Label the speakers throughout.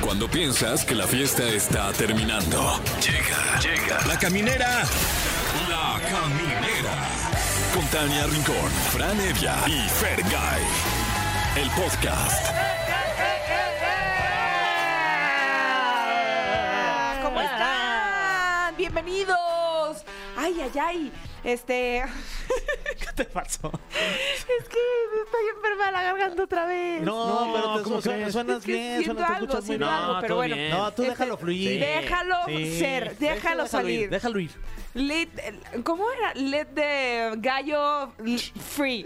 Speaker 1: Cuando piensas que la fiesta está terminando. Llega, llega. La caminera. La caminera. Con Tania Rincón, Fran Evia y Fer El podcast.
Speaker 2: ¡Eh, eh! ¿Cómo están? Bienvenidos. Ay, ay, ay. Este.
Speaker 3: ¿Qué te pasó?
Speaker 2: Es que estoy enferma de la garganta otra vez.
Speaker 3: No, pero te
Speaker 4: ¿cómo
Speaker 3: su-
Speaker 4: crees?
Speaker 3: suenas
Speaker 2: Es que
Speaker 3: bien,
Speaker 2: siento
Speaker 3: suena, te
Speaker 2: algo,
Speaker 3: escuchas muy
Speaker 2: siento
Speaker 3: bien.
Speaker 2: algo,
Speaker 4: No,
Speaker 2: pero
Speaker 4: todo
Speaker 2: bueno.
Speaker 4: bien.
Speaker 3: No, tú
Speaker 2: Este,
Speaker 3: déjalo fluir.
Speaker 2: Sí. déjalo ser, déjalo
Speaker 3: ir,
Speaker 2: salir.
Speaker 3: déjalo ir.
Speaker 2: Let- el- ¿Cómo era? Let the gallo l- free.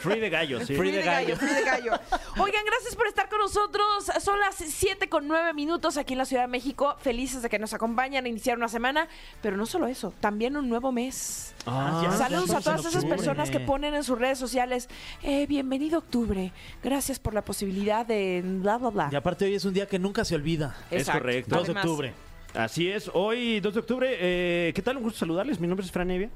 Speaker 4: Free de gallo, sí.
Speaker 3: Free de gallo.
Speaker 2: free de gallo. Oigan, gracias por estar con nosotros. Son las 7 con 9 minutos aquí en la Ciudad de México. Felices de que nos acompañan a iniciar una semana. Pero no solo eso, también un nuevo mes.
Speaker 4: Ah, ya,
Speaker 2: Saludos
Speaker 4: ya
Speaker 2: a
Speaker 4: estamos en
Speaker 2: todas esas
Speaker 4: octubre.
Speaker 2: personas que ponen en sus redes sociales, eh, bienvenido octubre, gracias por la posibilidad de bla, bla, bla.
Speaker 3: Y aparte hoy es un día que nunca se olvida.
Speaker 4: es
Speaker 2: Exacto.
Speaker 4: correcto.
Speaker 3: 2 de
Speaker 2: Además,
Speaker 3: octubre.
Speaker 4: Así es, hoy 2 de octubre. eh, ¿Qué tal? Un gusto saludarles. Mi nombre es Fran Evia.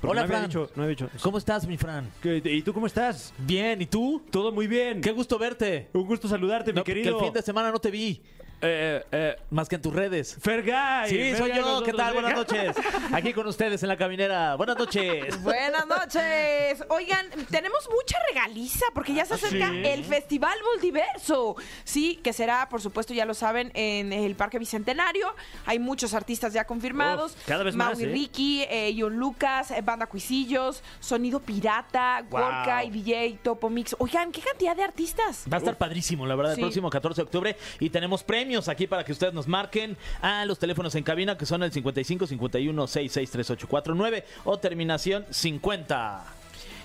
Speaker 4: Porque
Speaker 3: Hola,
Speaker 4: no había
Speaker 3: Fran.
Speaker 4: dicho- no había dicho.
Speaker 3: ¿Cómo estás, mi Fran?
Speaker 4: ¿Qué- ¿Y tú cómo estás?
Speaker 3: Bien, ¿y tú?
Speaker 4: Todo muy bien.
Speaker 3: Qué gusto verte.
Speaker 4: Un gusto saludarte,
Speaker 3: No,
Speaker 4: mi
Speaker 3: que
Speaker 4: querido.
Speaker 3: el fin de semana no te vi,
Speaker 4: Eh, eh,
Speaker 3: más que en tus redes.
Speaker 4: Fergay.
Speaker 3: Sí,
Speaker 4: Fergay con
Speaker 3: soy yo. ¿Qué
Speaker 4: nosotros.
Speaker 3: tal? Buenas
Speaker 4: Venga.
Speaker 3: noches. Aquí con ustedes en la caminera. Buenas noches.
Speaker 2: Buenas noches. Oigan, tenemos mucha regaliza porque ya se acerca
Speaker 4: Ah, sí?
Speaker 2: el Festival Multiverso. Sí, que será, por supuesto, ya lo saben, en el Parque Bicentenario. Hay muchos artistas ya confirmados.
Speaker 4: Uf, cada vez
Speaker 2: Mau
Speaker 4: más,
Speaker 2: y
Speaker 4: ¿eh?
Speaker 2: Ricky, eh, John Lucas, eh, Banda Cuisillos, Sonido Pirata,
Speaker 4: Wow.
Speaker 2: Gorka y DJ Topo Mix. Oigan, qué cantidad de artistas.
Speaker 3: Va a estar padrísimo, la verdad,
Speaker 2: Sí.
Speaker 3: el próximo 14 de octubre. Y tenemos premios aquí para que ustedes nos marquen a los teléfonos en cabina, que son el 55 51 66 38 49 o terminación 50.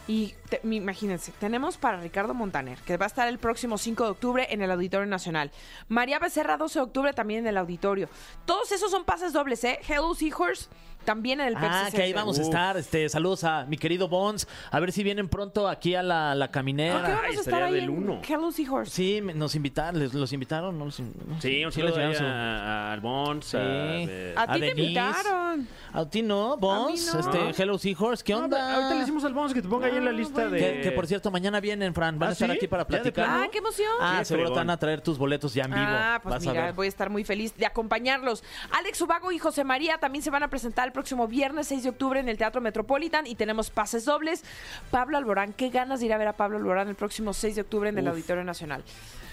Speaker 2: Y te- mi- imagínense, tenemos para Ricardo Montaner, que va a estar el próximo 5 de octubre en el Auditorio Nacional. María Becerra, 12 de octubre, también en el Auditorio. Todos esos son pases dobles, ¿eh? Hello Seahorse, también en el Pepsi
Speaker 3: Ah, que ahí
Speaker 2: Center. Oh,
Speaker 3: vamos a
Speaker 4: Uf.
Speaker 3: estar. Este, saludos a mi querido Bones. A ver si vienen pronto aquí a la, la
Speaker 2: ¿Por qué
Speaker 3: caminera.
Speaker 2: vamos
Speaker 4: Ay,
Speaker 2: a estar
Speaker 4: Ah, estaría
Speaker 2: ahí
Speaker 4: del
Speaker 2: en
Speaker 4: uno.
Speaker 2: Hello Seahorse?
Speaker 3: Sí, me- nos invitaron, les, los invitaron, no los in- no
Speaker 4: Sí,
Speaker 3: sé,
Speaker 4: un
Speaker 3: sí
Speaker 4: saludo
Speaker 3: les
Speaker 4: ahí
Speaker 3: llevaron su-
Speaker 4: a, a Albons, a-
Speaker 3: Sí.
Speaker 4: eh,
Speaker 2: A, ti te
Speaker 3: Denise.
Speaker 2: invitaron.
Speaker 3: A ti no, Bones,
Speaker 2: no.
Speaker 3: este, Hello Seahorse, ¿qué
Speaker 4: No,
Speaker 3: onda?
Speaker 4: ahorita le decimos al Bones que te ponga ahí en la
Speaker 2: No,
Speaker 4: lista
Speaker 2: bueno.
Speaker 4: de.
Speaker 3: Que, que, por cierto, mañana vienen, Fran. Van
Speaker 4: ¿Ah,
Speaker 3: a estar
Speaker 4: sí?
Speaker 3: aquí
Speaker 4: ¿Ya
Speaker 3: para
Speaker 4: de
Speaker 3: platicar.
Speaker 4: plano?
Speaker 2: Ah, qué emoción.
Speaker 3: Ah,
Speaker 4: Qué
Speaker 3: seguro te
Speaker 4: fregón.
Speaker 3: van a traer tus boletos ya en vivo.
Speaker 2: Ah, pues
Speaker 3: Vas a
Speaker 2: mira,
Speaker 3: ver.
Speaker 2: voy a estar muy feliz de acompañarlos. Alex Ubago y José María también se van a presentar el próximo viernes 6 de octubre en el Teatro Metropolitan y tenemos pases dobles. Pablo Alborán, qué ganas de ir a ver a Pablo Alborán el próximo 6 de octubre en el
Speaker 4: Uf.
Speaker 2: Auditorio Nacional.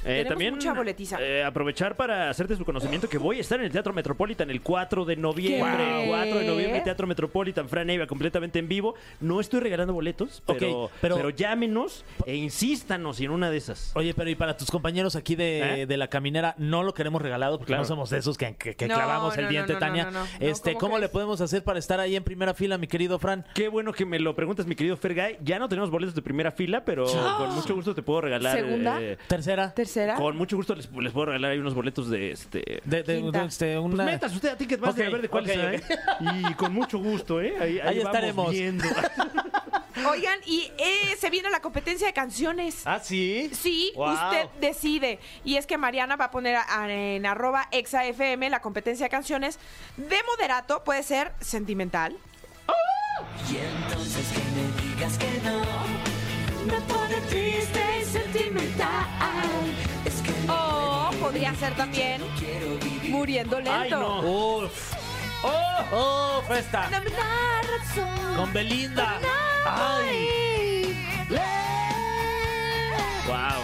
Speaker 4: Eh,
Speaker 2: tenemos
Speaker 4: también
Speaker 2: mucha boletiza.
Speaker 4: eh, aprovechar para hacerte su conocimiento que voy a estar en el Teatro Metropolitan el 4 de noviembre.
Speaker 2: ¿Qué?
Speaker 4: 4 de noviembre, Teatro Metropolitan, Fran Evia, completamente en vivo. No estoy regalando boletos,
Speaker 3: Ok,
Speaker 4: pero, pero,
Speaker 3: pero-
Speaker 4: llámenos e insístanos en una de esas.
Speaker 3: Oye, pero y para tus compañeros aquí de,
Speaker 4: ¿Eh?
Speaker 3: de la caminera, no lo queremos regalado porque
Speaker 4: Claro.
Speaker 3: no somos de esos que, que- que
Speaker 2: No,
Speaker 3: clavamos
Speaker 2: no,
Speaker 3: el diente,
Speaker 2: no, no,
Speaker 3: Tania.
Speaker 2: no, no, no.
Speaker 3: Este,
Speaker 2: No, ¿cómo
Speaker 3: ¿Cómo le
Speaker 2: crees?
Speaker 3: podemos hacer para estar ahí en primera fila, mi querido Fran?
Speaker 4: Qué bueno que me lo preguntas, mi querido Fergay. Ya no tenemos boletos de primera fila, pero con mucho gusto te puedo regalar.
Speaker 2: ¿Segunda?
Speaker 4: eh,
Speaker 3: Tercera.
Speaker 2: Tercera.
Speaker 4: con mucho gusto les, les puedo regalar ahí unos boletos de este.
Speaker 3: De, de-
Speaker 2: Quinta.
Speaker 3: de- este,
Speaker 4: Pues
Speaker 3: una...
Speaker 4: metas usted a Ticketmaster
Speaker 3: Ok,
Speaker 4: a ver de cuáles
Speaker 3: ok,
Speaker 4: hay. Y con mucho gusto, ¿eh? Ahí,
Speaker 3: Ahí
Speaker 4: vamos
Speaker 3: estaremos.
Speaker 4: viendo.
Speaker 2: Oigan, y eh, se viene la competencia de canciones.
Speaker 3: ah, sí.
Speaker 2: Sí,
Speaker 3: Wow.
Speaker 2: usted decide. Y es que Mariana va a poner a- a- en arroba exafm la competencia de canciones de moderato, puede ser sentimental.
Speaker 5: Y entonces que me digas que no Me pone triste y sentimental Es que no
Speaker 2: O Oh, podría ser también
Speaker 5: quiero vivir
Speaker 2: muriendo lento.
Speaker 4: Ay, no.
Speaker 3: Uf. Oh, oh, fue esta.
Speaker 2: Dame la razón.
Speaker 3: Con Belinda. Ay.
Speaker 2: Ay.
Speaker 4: Wow.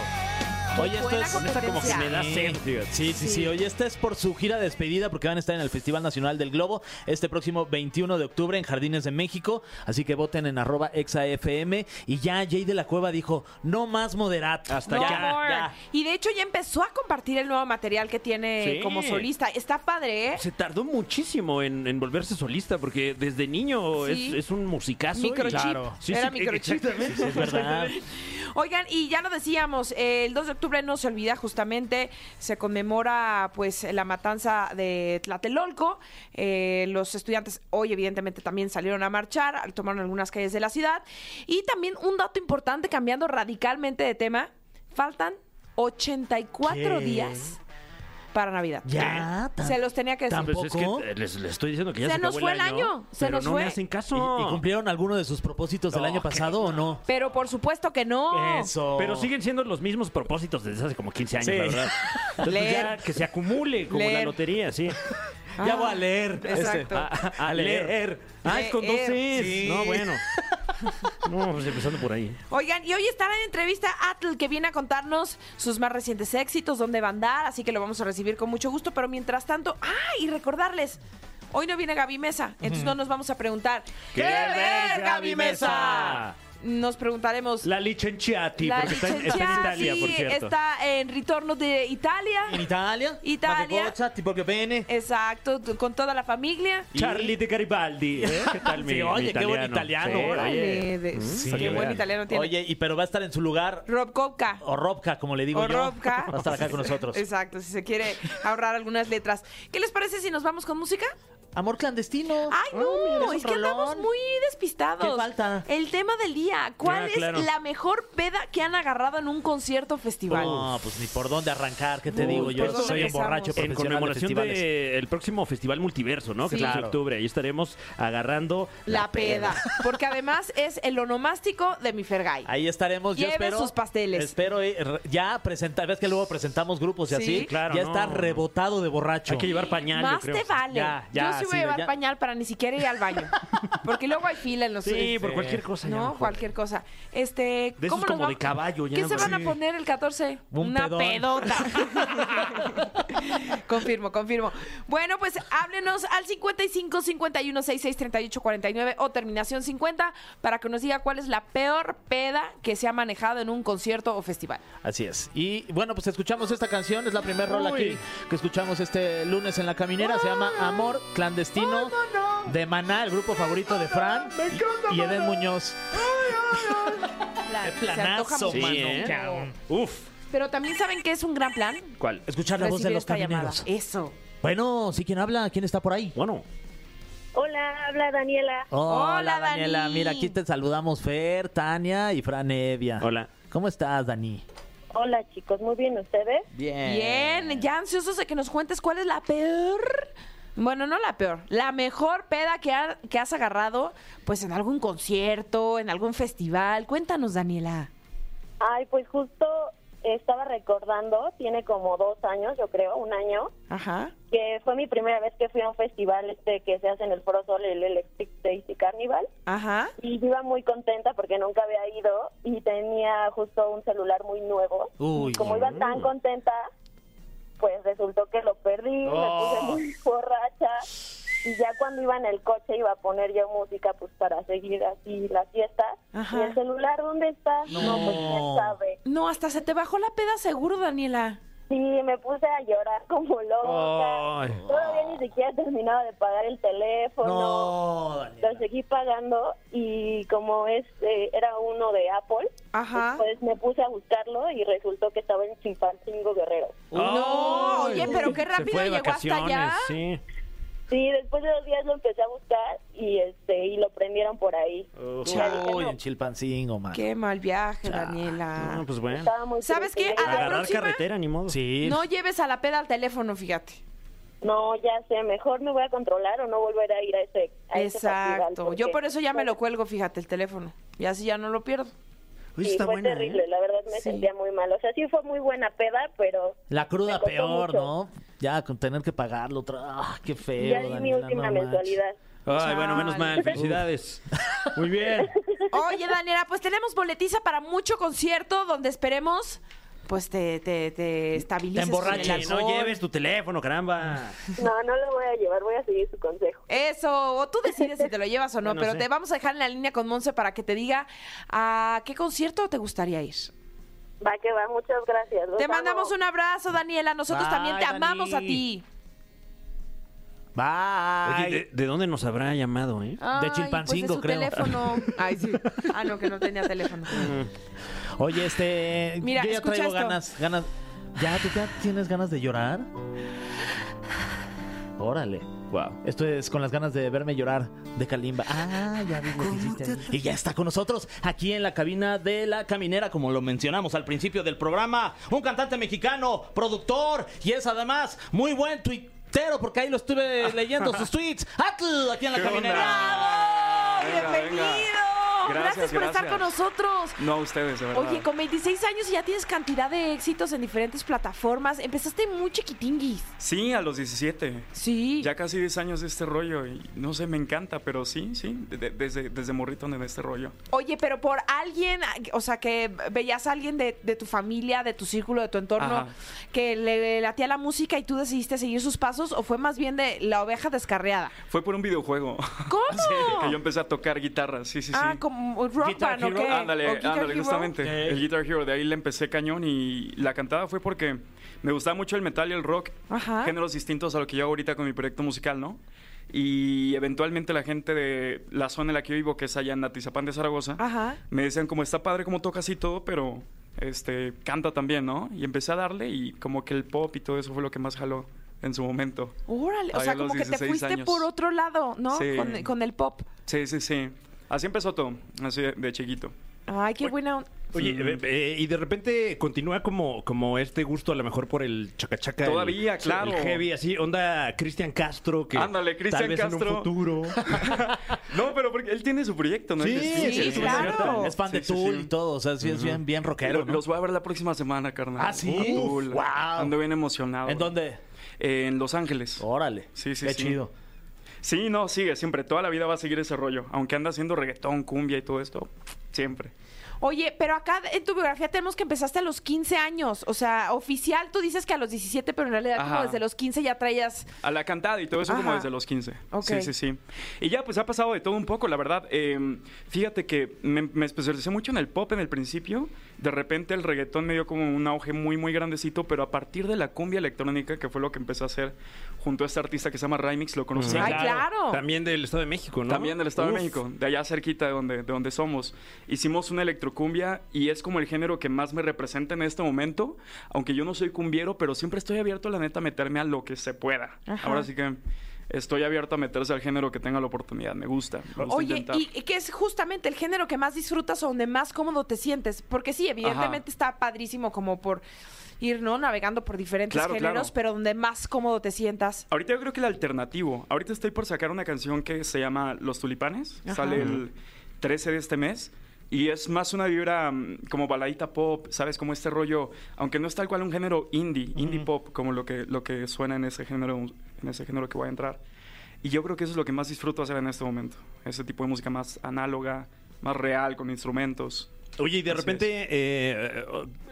Speaker 3: Oye, esto
Speaker 2: Buena
Speaker 3: es
Speaker 4: Con esta como que me da sed, fíjate.
Speaker 3: Sí, sí, sí. Oye, esta es por su gira de despedida porque van a estar en el Festival Nacional del Globo este próximo 21 de octubre en Jardines de México. Así que voten en arroba exafm. Y ya Jay de la Cueva dijo, no más moderato.
Speaker 4: Hasta
Speaker 2: No
Speaker 4: ya,
Speaker 2: more.
Speaker 3: ya.
Speaker 2: Y de hecho ya empezó a compartir el nuevo material que tiene
Speaker 4: Sí.
Speaker 2: como solista. Está padre, ¿eh?
Speaker 4: Se tardó muchísimo en, en volverse solista porque desde niño
Speaker 2: Sí.
Speaker 4: es, es un musicazo. y-
Speaker 2: Microchip.
Speaker 3: Claro. eh,
Speaker 2: Era microchip.
Speaker 4: Exactamente.
Speaker 3: Sí, es verdad.
Speaker 2: Oigan, y ya lo decíamos, eh, el 2 de octubre no se olvida, justamente se conmemora pues la matanza de Tlatelolco. Eh, los estudiantes hoy evidentemente también salieron a marchar, tomaron algunas calles de la ciudad. Y también un dato importante, cambiando radicalmente de tema, faltan 84
Speaker 3: ¿Qué?
Speaker 2: días para Navidad.
Speaker 3: Ya, tan-
Speaker 2: Se los tenía que decir.
Speaker 3: tan-
Speaker 6: Pues es que
Speaker 3: ¿Tampoco?
Speaker 6: eh, les, les estoy diciendo que ya
Speaker 2: Se
Speaker 6: se,
Speaker 2: nos
Speaker 6: acabó
Speaker 2: fue el
Speaker 6: el año.
Speaker 2: año, se
Speaker 6: pero
Speaker 2: nos
Speaker 6: no
Speaker 2: fue.
Speaker 6: me hacen
Speaker 3: ¿Y,
Speaker 6: caso.
Speaker 3: y cumplieron alguno de sus propósitos del
Speaker 6: No,
Speaker 3: año
Speaker 6: que
Speaker 3: pasado o no?
Speaker 2: Pero por supuesto que no.
Speaker 3: Eso.
Speaker 6: Pero siguen siendo los mismos propósitos desde hace como 15 años,
Speaker 3: Sí.
Speaker 6: la verdad. Entonces, pues
Speaker 2: Leer.
Speaker 6: ya que se acumule como la
Speaker 2: Leer.
Speaker 6: lotería, sí.
Speaker 3: Ya voy a leer.
Speaker 2: Ah,
Speaker 6: este.
Speaker 2: Exacto.
Speaker 6: A, a- a leer.
Speaker 3: Leer.
Speaker 6: Ah, es con dos
Speaker 2: Leer.
Speaker 6: Cs.
Speaker 3: Sí.
Speaker 6: No, bueno. No, pues empezando por ahí.
Speaker 2: Oigan, y hoy estará en entrevista Atl, que viene a contarnos sus más recientes éxitos, dónde va a andar, así que lo vamos a recibir con mucho gusto. Pero mientras tanto, ¡ah! Y recordarles, hoy no viene Gaby Mesa, entonces no nos vamos a preguntar.
Speaker 6: ¿Qué ves, Gaby Mesa?
Speaker 2: Nos preguntaremos.
Speaker 6: La licenciati,
Speaker 2: La
Speaker 6: porque está, en- está en
Speaker 2: licenciada,
Speaker 6: Italia,
Speaker 2: sí,
Speaker 6: por cierto.
Speaker 2: está en ritorno de Italia.
Speaker 3: In Italia?
Speaker 2: Italia. Eh,
Speaker 3: Ma che cosa? Ti proprio bene?
Speaker 2: Exacto, t- con toda la familia.
Speaker 6: Charlie de Garibaldi. ¿eh? ¿Qué tal, mi,
Speaker 3: Sí, oye,
Speaker 6: mi
Speaker 3: qué buen italiano,
Speaker 6: Sí,
Speaker 3: órale.
Speaker 6: oye. Mm,
Speaker 2: Eh, de-
Speaker 3: sí,
Speaker 2: qué
Speaker 3: que
Speaker 2: buen
Speaker 3: vean.
Speaker 2: italiano tiene.
Speaker 3: Oye, y pero va a estar en su lugar
Speaker 2: Rob Kopka.
Speaker 3: o Robka, como le digo
Speaker 2: O
Speaker 3: yo.
Speaker 2: Robka.
Speaker 3: Va a estar acá con nosotros.
Speaker 2: Exacto, si se quiere ahorrar algunas letras. ¿Qué les parece si nos vamos con música?
Speaker 3: Amor clandestino.
Speaker 2: Ay, no,
Speaker 3: Ah, mira,
Speaker 2: es
Speaker 3: un
Speaker 2: que andamos
Speaker 3: rolón.
Speaker 2: muy despistados.
Speaker 3: ¿Qué falta?
Speaker 2: El tema del día, ¿cuál
Speaker 6: Ah,
Speaker 2: es
Speaker 6: claro.
Speaker 2: la mejor peda que han agarrado en un concierto o festival?
Speaker 3: No, pues ni por dónde arrancar, ¿qué te
Speaker 2: Uy, pues
Speaker 3: digo? Yo
Speaker 2: ¿por dónde
Speaker 3: soy un
Speaker 2: empezamos?
Speaker 3: borracho
Speaker 6: En
Speaker 3: profesional de
Speaker 6: conmemoración del
Speaker 3: festivales.
Speaker 6: próximo Festival Multiverso, ¿no? Que es
Speaker 2: Sí.
Speaker 6: el 11 de
Speaker 2: Claro.
Speaker 6: octubre. Ahí estaremos agarrando
Speaker 2: La peda. Porque además es el onomástico de mi Fergay.
Speaker 3: Ahí estaremos. Yo
Speaker 2: Lleve
Speaker 3: espero.
Speaker 2: sus pasteles.
Speaker 3: Espero eh, re- ya presentar. Ves que luego presentamos grupos y
Speaker 2: Sí.
Speaker 3: así.
Speaker 6: Claro,
Speaker 3: Ya
Speaker 6: no.
Speaker 3: está rebotado de borracho.
Speaker 6: Hay que llevar pañal, yo
Speaker 2: Más
Speaker 6: creo.
Speaker 2: te vale.
Speaker 3: Ya, ya,
Speaker 2: Yo sí voy
Speaker 3: sí,
Speaker 2: a llevar
Speaker 3: ya.
Speaker 2: pañal para ni siquiera ir al baño. Porque luego hay fila en los
Speaker 6: Sí, por
Speaker 3: Sí.
Speaker 6: cualquier cosa. ya,
Speaker 2: No,
Speaker 6: mejor.
Speaker 2: cualquier cosa. Este,
Speaker 6: De esos
Speaker 2: ¿cómo nos
Speaker 6: como de
Speaker 2: vamos?
Speaker 6: caballo, ya
Speaker 2: ¿Qué
Speaker 6: nada
Speaker 2: se
Speaker 6: más.
Speaker 2: van a
Speaker 6: Sí.
Speaker 2: poner el 14?
Speaker 3: Un
Speaker 2: Una
Speaker 3: pedón.
Speaker 2: pedota. confirmo, confirmo. Bueno, pues háblenos al 55 51 66 38 49 o terminación 50 para que nos diga cuál es la peor peda que se ha manejado en un concierto o festival.
Speaker 3: Así es. Y bueno, pues escuchamos esta canción. Es la primera rola
Speaker 6: Uy.
Speaker 3: aquí que escuchamos este lunes en la caminera. Se llama Amor Clandestino de Maná, el grupo favorito de Fran y, y Eden Muñoz.
Speaker 2: Plan,
Speaker 3: Qué planazo,
Speaker 2: se antoja
Speaker 6: Sí,
Speaker 2: mucho.
Speaker 6: ¿eh? Uf.
Speaker 2: Pero también saben que es un gran plan.
Speaker 6: ¿Cuál?
Speaker 3: Escuchar la voz de
Speaker 2: Recibir
Speaker 3: los
Speaker 2: esta llamada.
Speaker 3: camineros.
Speaker 2: Eso.
Speaker 3: Bueno, sí, ¿quién habla? ¿Quién está por ahí?
Speaker 6: Bueno.
Speaker 7: Hola, habla Daniela.
Speaker 2: Hola,
Speaker 3: Daniela.
Speaker 2: Dani.
Speaker 3: Mira, aquí te saludamos Fer, Tania y Fran Evia.
Speaker 6: Hola.
Speaker 3: ¿Cómo estás, Dani?
Speaker 7: Hola chicos, muy bien ustedes.
Speaker 3: Bien.
Speaker 2: Bien, ya ansiosos de que nos cuentes cuál es la peor. Bueno, no la peor, la mejor peda que, ha- que has agarrado, pues en algún concierto, en algún festival. Cuéntanos, Daniela.
Speaker 7: Ay, pues justo estaba recordando, tiene como dos años, yo creo, un año,
Speaker 2: Ajá.
Speaker 7: que fue mi primera vez que fui a un festival este que se hace en el Foro Sol, el Electric Daisy Carnival.
Speaker 2: Ajá.
Speaker 7: Y yo iba muy contenta porque nunca había ido y tenía justo un celular muy nuevo.
Speaker 3: Uy.
Speaker 7: Y como iba tan contenta, pues resultó que lo perdí,
Speaker 6: Oh.
Speaker 7: me puse muy borracha. Y ya cuando iba en el coche iba a poner yo música pues para seguir así la fiesta.
Speaker 2: Ajá.
Speaker 7: ¿Y el celular dónde está? No, pues quién sabe.
Speaker 2: No, hasta se te bajó la peda seguro, Daniela.
Speaker 7: Sí, me puse a llorar como loca.
Speaker 6: Ay.
Speaker 7: Todavía ni siquiera terminaba de pagar el teléfono.
Speaker 3: No, Daniela.
Speaker 7: Lo seguí pagando y como es, eh, era uno de Apple,
Speaker 2: Ajá.
Speaker 7: pues me puse a buscarlo y resultó que estaba en Chimpancingo Guerrero.
Speaker 2: No,
Speaker 6: Ay.
Speaker 2: oye, pero qué
Speaker 6: Se
Speaker 2: rápido
Speaker 6: fue de
Speaker 2: llegó hasta
Speaker 6: vacaciones,
Speaker 2: allá.
Speaker 6: Sí.
Speaker 7: Sí, después de dos días lo empecé a buscar y este y lo prendieron por ahí.
Speaker 6: Uf.
Speaker 7: Ya dije,
Speaker 3: Uy,
Speaker 7: no,
Speaker 3: en Chilpancingo, man.
Speaker 2: Qué mal viaje, Daniela.
Speaker 6: No, pues bueno.
Speaker 7: estaba muy
Speaker 2: ¿Sabes qué?
Speaker 7: triste.
Speaker 2: Ah, A Ah. la
Speaker 6: Agarrar
Speaker 2: próxima-
Speaker 6: carretera, ni modo.
Speaker 3: Sí.
Speaker 2: No lleves a la peda al teléfono, fíjate.
Speaker 7: No, ya sé, mejor me voy a controlar o no volver a ir a ese. a ese festival,
Speaker 2: Exacto. Yo
Speaker 7: porque
Speaker 2: por eso ya me lo cuelgo, fíjate, el teléfono. Y así ya no lo pierdo.
Speaker 6: Uy,
Speaker 7: Sí,
Speaker 6: está
Speaker 7: fue
Speaker 6: buena, ¿eh?
Speaker 7: terrible, la verdad me
Speaker 2: Sí.
Speaker 7: sentía muy mal. O sea, sí fue muy buena peda, pero
Speaker 3: La
Speaker 7: Me
Speaker 3: cruda
Speaker 7: costó
Speaker 3: peor,
Speaker 7: mucho.
Speaker 3: ¿no? Ya, con tener que pagarlo. otra- Ah, qué feo.
Speaker 7: ya di mi
Speaker 3: Daniela,
Speaker 7: última
Speaker 3: no manches.
Speaker 7: mensualidad.
Speaker 6: Ay, bueno, menos
Speaker 2: Chale.
Speaker 6: mal. Felicidades. Muy bien.
Speaker 2: Oye, Daniela, pues tenemos boletiza para mucho concierto donde esperemos pues te, te, te
Speaker 3: Te
Speaker 2: estabilices. con el
Speaker 3: emborraches,
Speaker 6: Borrache, no
Speaker 2: alcohol.
Speaker 6: lleves tu teléfono, caramba.
Speaker 7: No, no lo voy a llevar, voy a seguir su consejo.
Speaker 2: Eso, o tú decides si te lo llevas o no,
Speaker 6: Bueno,
Speaker 2: pero
Speaker 6: sí.
Speaker 2: te vamos a dejar en la línea con Monse para que te diga a qué concierto te gustaría ir.
Speaker 7: Va que va, muchas gracias. los
Speaker 2: Te
Speaker 7: amo.
Speaker 2: mandamos un abrazo, Daniela. Nosotros
Speaker 3: Bye,
Speaker 2: también te
Speaker 3: Dani.
Speaker 2: amamos a ti.
Speaker 3: Bye.
Speaker 6: Oye, ¿de, de dónde nos habrá llamado, eh?
Speaker 2: Ay, pues,
Speaker 3: Chilpancingo,
Speaker 2: su
Speaker 3: creo.
Speaker 2: teléfono. Ay, sí. Ah, no, que no tenía teléfono.
Speaker 6: Mm.
Speaker 3: Oye, este.
Speaker 2: Mira,
Speaker 3: yo ya
Speaker 2: escucha
Speaker 3: traigo
Speaker 2: esto.
Speaker 3: ganas, ganas. ¿Ya tú ya tienes ganas de llorar? Órale.
Speaker 6: Wow.
Speaker 3: Esto es con las ganas de verme llorar de Kalimba. Ah, ya vi lo que hiciste ahí. Y ya está con nosotros aquí en la cabina de la caminera, como lo mencionamos al principio del programa. Un cantante mexicano, productor, y es además muy buen tuitero, porque ahí lo estuve leyendo sus tweets. ¡Atl! Aquí en la
Speaker 8: ¿Qué onda?
Speaker 3: caminera.
Speaker 2: ¡Bravo!
Speaker 8: Venga,
Speaker 2: ¡Bienvenido!
Speaker 8: venga.
Speaker 2: Gracias,
Speaker 8: Gracias,
Speaker 2: por estar
Speaker 8: gracias.
Speaker 2: con nosotros.
Speaker 8: No a ustedes, de verdad.
Speaker 2: Oye, con 26 años ya tienes cantidad de éxitos en diferentes plataformas. Empezaste muy chiquitinguis.
Speaker 8: Sí, a los 17.
Speaker 2: Sí.
Speaker 8: Ya casi 10 años de este rollo y no sé, me encanta, pero sí, sí, de- de- desde, desde morrito en este rollo.
Speaker 2: Oye, pero por alguien, o sea, que veías a alguien de, de tu familia, de tu círculo, de tu entorno,
Speaker 8: Ajá.
Speaker 2: que le latía la música y tú decidiste seguir sus pasos, o fue más bien de la oveja descarriada.
Speaker 8: Fue por un videojuego.
Speaker 2: ¿Cómo?
Speaker 8: que yo empecé a tocar guitarra, sí, sí, sí.
Speaker 2: Ah, como rock
Speaker 3: Guitar
Speaker 2: band, ¿o
Speaker 3: Hero.
Speaker 2: qué?
Speaker 8: Ándale,
Speaker 2: ¿O Guitar
Speaker 8: ándale,
Speaker 2: Hero?
Speaker 8: justamente.
Speaker 3: Ok.
Speaker 8: El Guitar Hero, de ahí le empecé cañón y la cantada fue porque me gustaba mucho el metal y el rock,
Speaker 2: Ajá.
Speaker 8: géneros distintos a lo que yo hago ahorita con mi proyecto musical, ¿no? Y eventualmente la gente de la zona en la que yo vivo, que es allá en Atizapán de Zaragoza,
Speaker 2: Ajá.
Speaker 8: me decían como está padre como tocas y todo, pero este canta también, ¿no? Y empecé a darle y como que el pop y todo eso fue lo que más jaló en su momento.
Speaker 2: Órale, o
Speaker 8: Ahí
Speaker 2: sea,
Speaker 8: a los
Speaker 2: como que te
Speaker 8: 16
Speaker 2: fuiste
Speaker 8: años.
Speaker 2: por otro lado, ¿no?
Speaker 8: Sí.
Speaker 2: Con, con el pop.
Speaker 8: Sí, sí, sí. Así empezó todo, así de, de chiquito.
Speaker 2: Ay, qué buena. on-
Speaker 4: Oye, eh, eh, y de repente continúa como, como este gusto a lo mejor por el chacachaca. el-
Speaker 8: Todavía, claro.
Speaker 4: El heavy, así, onda Cristian Castro. Que
Speaker 8: Ándale, Cristian
Speaker 4: tal vez En
Speaker 8: Castro.
Speaker 4: un futuro.
Speaker 8: No, pero porque él tiene su proyecto, ¿no?
Speaker 4: Sí,
Speaker 8: El Destino,
Speaker 2: sí,
Speaker 8: que es
Speaker 2: sí, claro.
Speaker 8: cierto.
Speaker 3: Es fan de
Speaker 8: Sí, sí,
Speaker 3: Tool
Speaker 8: sí.
Speaker 3: y todo, o sea, sí es bien, bien rockero.
Speaker 8: Lo-
Speaker 3: ¿no?
Speaker 8: Los voy a ver la próxima semana, carnal.
Speaker 3: ¿Ah, sí?
Speaker 8: A Tool.
Speaker 3: ¡Wow!
Speaker 8: Ando bien emocionado.
Speaker 3: ¿En dónde? Oh.
Speaker 8: Eh, en Los Ángeles.
Speaker 3: Órale.
Speaker 8: Sí, sí,
Speaker 3: Qué
Speaker 8: sí.
Speaker 3: chido.
Speaker 8: Sí, no, sigue siempre. Toda la vida va a seguir ese rollo. Aunque anda haciendo reggaetón, cumbia y todo esto, siempre.
Speaker 2: Oye, pero acá en tu biografía tenemos que empezaste a los 15 años. O sea, oficial tú dices que a los 17, pero en realidad como
Speaker 8: Ajá.
Speaker 2: desde los 15 ya traías.
Speaker 8: A la cantada y todo eso como
Speaker 2: Ajá.
Speaker 8: desde los 15.
Speaker 2: Ok.
Speaker 8: Sí, sí, sí. Y ya, pues ha pasado de todo un poco, la verdad. Eh, fíjate que me, me especialicé mucho en el pop en el principio. De repente el reggaetón me dio como un auge muy, muy grandecito, pero a partir de la cumbia electrónica, que fue lo que empecé a hacer junto a este artista que se llama Rymix, lo conocí.
Speaker 2: Ay, claro.
Speaker 4: También del Estado de México, ¿no?
Speaker 8: También del Estado
Speaker 4: Uf.
Speaker 8: de México, de allá cerquita de donde, de donde somos. Hicimos una electrocumbia y es como el género que más me representa en este momento. Aunque yo no soy cumbiero, pero siempre estoy abierto, la neta, a meterme a lo que se pueda.
Speaker 2: Ajá.
Speaker 8: Ahora sí que estoy abierto a meterse al género que tenga la oportunidad. Me gusta. me gusta
Speaker 2: Oye,
Speaker 8: intentar.
Speaker 2: y, y que es justamente el género que más disfrutas o donde más cómodo te sientes. Porque sí, evidentemente está padrísimo como por ir, ¿no? Navegando por diferentes
Speaker 8: Claro,
Speaker 2: géneros,
Speaker 8: claro.
Speaker 2: pero donde más cómodo te sientas.
Speaker 8: Ahorita yo creo que el alternativo. Ahorita estoy por sacar una canción que se llama Los Tulipanes.
Speaker 2: Ajá.
Speaker 8: Sale el 13 de este mes. Y es más una vibra mm, como baladita pop, ¿sabes? Como este rollo, aunque no es tal cual un género indie, indie pop, como lo que, lo que suena en ese, género, en ese género que voy a entrar. Y yo creo que eso es lo que más disfruto hacer en este momento. Ese tipo de música más análoga, más real, con instrumentos.
Speaker 4: Oye, y de
Speaker 8: Así
Speaker 4: repente, eh,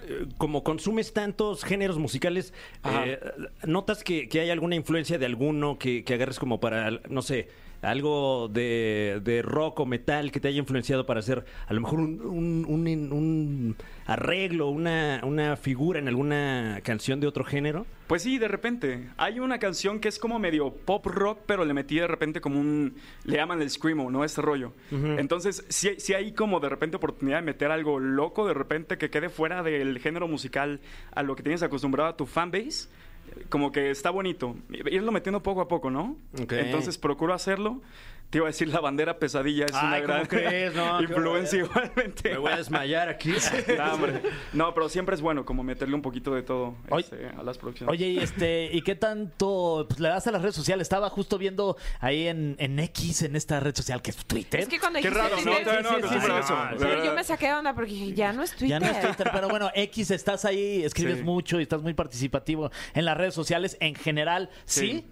Speaker 4: eh, como consumes tantos géneros musicales,
Speaker 8: Ajá.
Speaker 4: eh, ¿notas que, que hay alguna influencia de alguno que, que agarres como para, no sé, algo de, de rock o metal que te haya influenciado para hacer a lo mejor un, un- un- un arreglo, una, una figura en alguna canción de otro género?
Speaker 8: Pues sí, de repente. Hay una canción que es como medio pop rock, pero le metí de repente como un. Le llaman el screamo, ¿no? Este rollo. Entonces, sí, sí hay como de repente oportunidad de meter algo loco de repente que quede fuera del género musical a lo que tienes acostumbrado a tu fanbase. eh, Como que está bonito. Irlo metiendo poco a poco, ¿no?
Speaker 4: Ok.
Speaker 8: Entonces procuro hacerlo. Te iba a decir la bandera pesadilla es
Speaker 4: Ay,
Speaker 8: una
Speaker 4: ¿cómo
Speaker 8: gran
Speaker 4: crees? No, qué
Speaker 8: influencia igualmente.
Speaker 4: Me voy a desmayar aquí.
Speaker 8: No, hombre. No, pero siempre es bueno como meterle un poquito de todo
Speaker 3: Oye-
Speaker 8: este, a las producciones.
Speaker 3: Oye, y este, ¿y qué tanto pues, le das a las redes sociales? Estaba justo viendo ahí en, en X, en esta red social que es Twitter.
Speaker 2: Es que cuando
Speaker 8: ¿Eh? Qué
Speaker 2: dijiste
Speaker 8: raro, ¿no?
Speaker 2: Twitter,
Speaker 8: Todavía no
Speaker 2: sí,
Speaker 8: me
Speaker 2: sí,
Speaker 8: acostumbro a
Speaker 2: sí,
Speaker 8: eso.
Speaker 2: sí.
Speaker 8: la verdad.
Speaker 2: Yo me saqué de onda porque dije, ya no es
Speaker 3: Ya
Speaker 2: Twitter.
Speaker 3: no es Twitter, pero bueno, X, estás ahí, escribes
Speaker 8: Sí.
Speaker 3: mucho y estás muy participativo en las redes sociales en general. ¿Sí?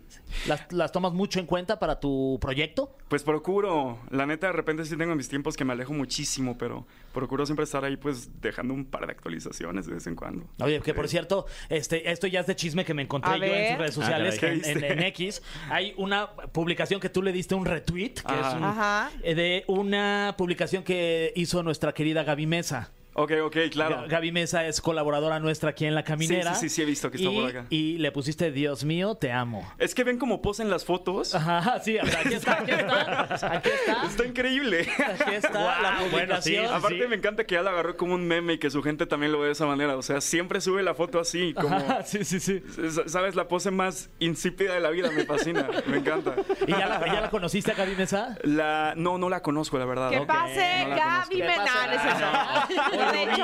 Speaker 3: ¿Las, las tomas mucho en cuenta para tu proyecto?
Speaker 8: Pues procuro, la neta de repente sí tengo mis tiempos que me alejo muchísimo, pero procuro siempre estar ahí pues dejando un par de actualizaciones de vez en cuando.
Speaker 3: Oye, que por cierto, este, esto ya es de chisme que me encontré
Speaker 2: A
Speaker 3: yo en
Speaker 2: ver.
Speaker 3: sus redes sociales,
Speaker 8: Ah, caray.
Speaker 3: en, en- en X. Hay una publicación que tú le diste un retweet, que
Speaker 8: Ajá.
Speaker 3: es un-
Speaker 2: Ajá.
Speaker 3: eh, de una publicación que hizo nuestra querida Gaby Mesa.
Speaker 8: Ok, ok, claro.
Speaker 3: Ga- Gaby Mesa es colaboradora nuestra aquí en La Caminera.
Speaker 8: Sí, sí, sí, sí, he visto que está
Speaker 3: y,
Speaker 8: por acá.
Speaker 3: Y le pusiste, Dios mío, te amo.
Speaker 8: Es que ven cómo posan las fotos.
Speaker 3: Ajá, sí, o sea, aquí está, aquí está, aquí está,
Speaker 8: Está increíble.
Speaker 3: aquí está la
Speaker 4: Guau, bueno, sí,
Speaker 3: publicación.
Speaker 8: Aparte me encanta que ya la agarró como un meme y que su gente también lo ve de esa manera. O sea, siempre sube la foto así, como...
Speaker 3: Ajá, sí, sí, sí.
Speaker 8: S- ¿Sabes? La pose más insípida de la vida. Me fascina. me encanta.
Speaker 3: ¿Y ya la, ya la conociste a Gaby Mesa?
Speaker 8: La... No, no la conozco, la verdad.
Speaker 2: Que
Speaker 8: Ok.
Speaker 2: pase
Speaker 8: no la
Speaker 2: Gaby
Speaker 8: conozco.
Speaker 2: Menales. eso. De hecho,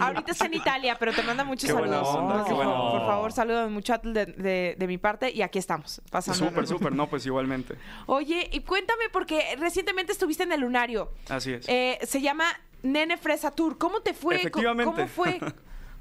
Speaker 2: ahorita está en Italia, pero te manda muchos
Speaker 8: Qué buena
Speaker 2: saludos.
Speaker 8: onda,
Speaker 2: Entonces,
Speaker 8: qué buena onda.
Speaker 2: Por favor, saludos mucho de, de, de mi parte y aquí estamos. pasando.
Speaker 8: Súper, súper. No, pues igualmente.
Speaker 2: Oye, y cuéntame, porque recientemente estuviste en el Lunario.
Speaker 8: Así es.
Speaker 2: Eh, se llama Nene Fresa Tour. ¿Cómo te fue? Co-
Speaker 8: Efectivamente.
Speaker 2: ¿Cómo fue?